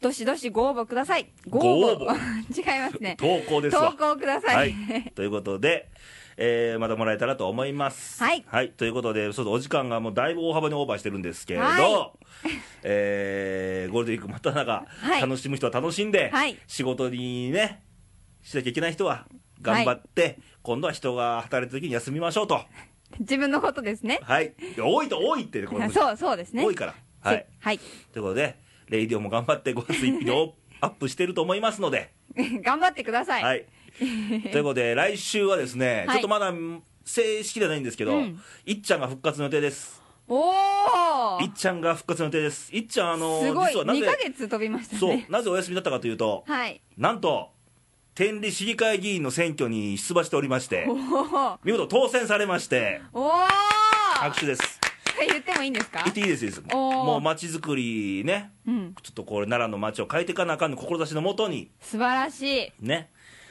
Speaker 2: どしどしご応募くださいご
Speaker 1: 応募
Speaker 2: [LAUGHS] 違いますね
Speaker 1: 投稿ですわ
Speaker 2: 投稿くださ
Speaker 1: はいい、 [LAUGHS] ということで、えーまたもらえたらと思います
Speaker 2: はい
Speaker 1: ということでそうそうお時間がもうだいぶ大幅にオーバーしてるんですけれど、
Speaker 2: は
Speaker 1: [LAUGHS] えーゴールデンウィークまた中、
Speaker 2: はい
Speaker 1: 楽しむ人は楽しんで、
Speaker 2: はい
Speaker 1: 仕事にねしなきゃいけない人は頑張って、今度は人が働いた時に休みましょうと
Speaker 2: [LAUGHS] 自分のことですね
Speaker 1: はいいや多いと多いってねこの
Speaker 2: そうそうですね
Speaker 1: 多いからは
Speaker 2: せ
Speaker 1: いということでレイディオも頑張って5月1日にオアップしてると思いますので
Speaker 2: はい、 [LAUGHS] 頑張ってください、 [LAUGHS]
Speaker 1: はい。ということで、来週はですね、
Speaker 2: は
Speaker 1: ち
Speaker 2: い
Speaker 1: ょっとまだ正式ではないんですけど、
Speaker 2: うん
Speaker 1: いっちゃんが復活の予定です。
Speaker 2: お
Speaker 1: いっちゃんが復活の予定です。いっちゃん、あの、
Speaker 2: おすごい
Speaker 1: 実はな
Speaker 2: 2ヶ
Speaker 1: ぜ、
Speaker 2: 月飛びました
Speaker 1: そう
Speaker 2: ね、
Speaker 1: なぜお休みだったかというと、
Speaker 2: はい
Speaker 1: なんと、天理市議会議員の選挙に出馬しておりまして
Speaker 2: お、ー
Speaker 1: 見事当選されまして、
Speaker 2: おお
Speaker 1: 拍手です。
Speaker 2: 言ってもいいんですか
Speaker 1: 言っていいですいいです。
Speaker 2: おー
Speaker 1: もう街づくりね、
Speaker 2: うん
Speaker 1: ちょっとこれ奈良の街を変えていかなあかんの志のもとに、
Speaker 2: 素晴らしい
Speaker 1: ね、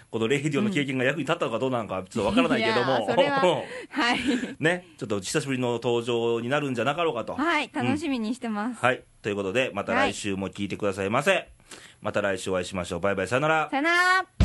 Speaker 1: このレイディオの経験が役に立ったのかどうなのかちょっとわからないけども、
Speaker 2: いやーそれははい
Speaker 1: ね、ちょっと久しぶりの登場になるんじゃなかろうかと。はい、
Speaker 2: はい楽しみにしてます、
Speaker 1: ということで、また来週も聞いてくださいませ。また来週お会いしましょう。バイバイ、さよなら。
Speaker 2: さよなら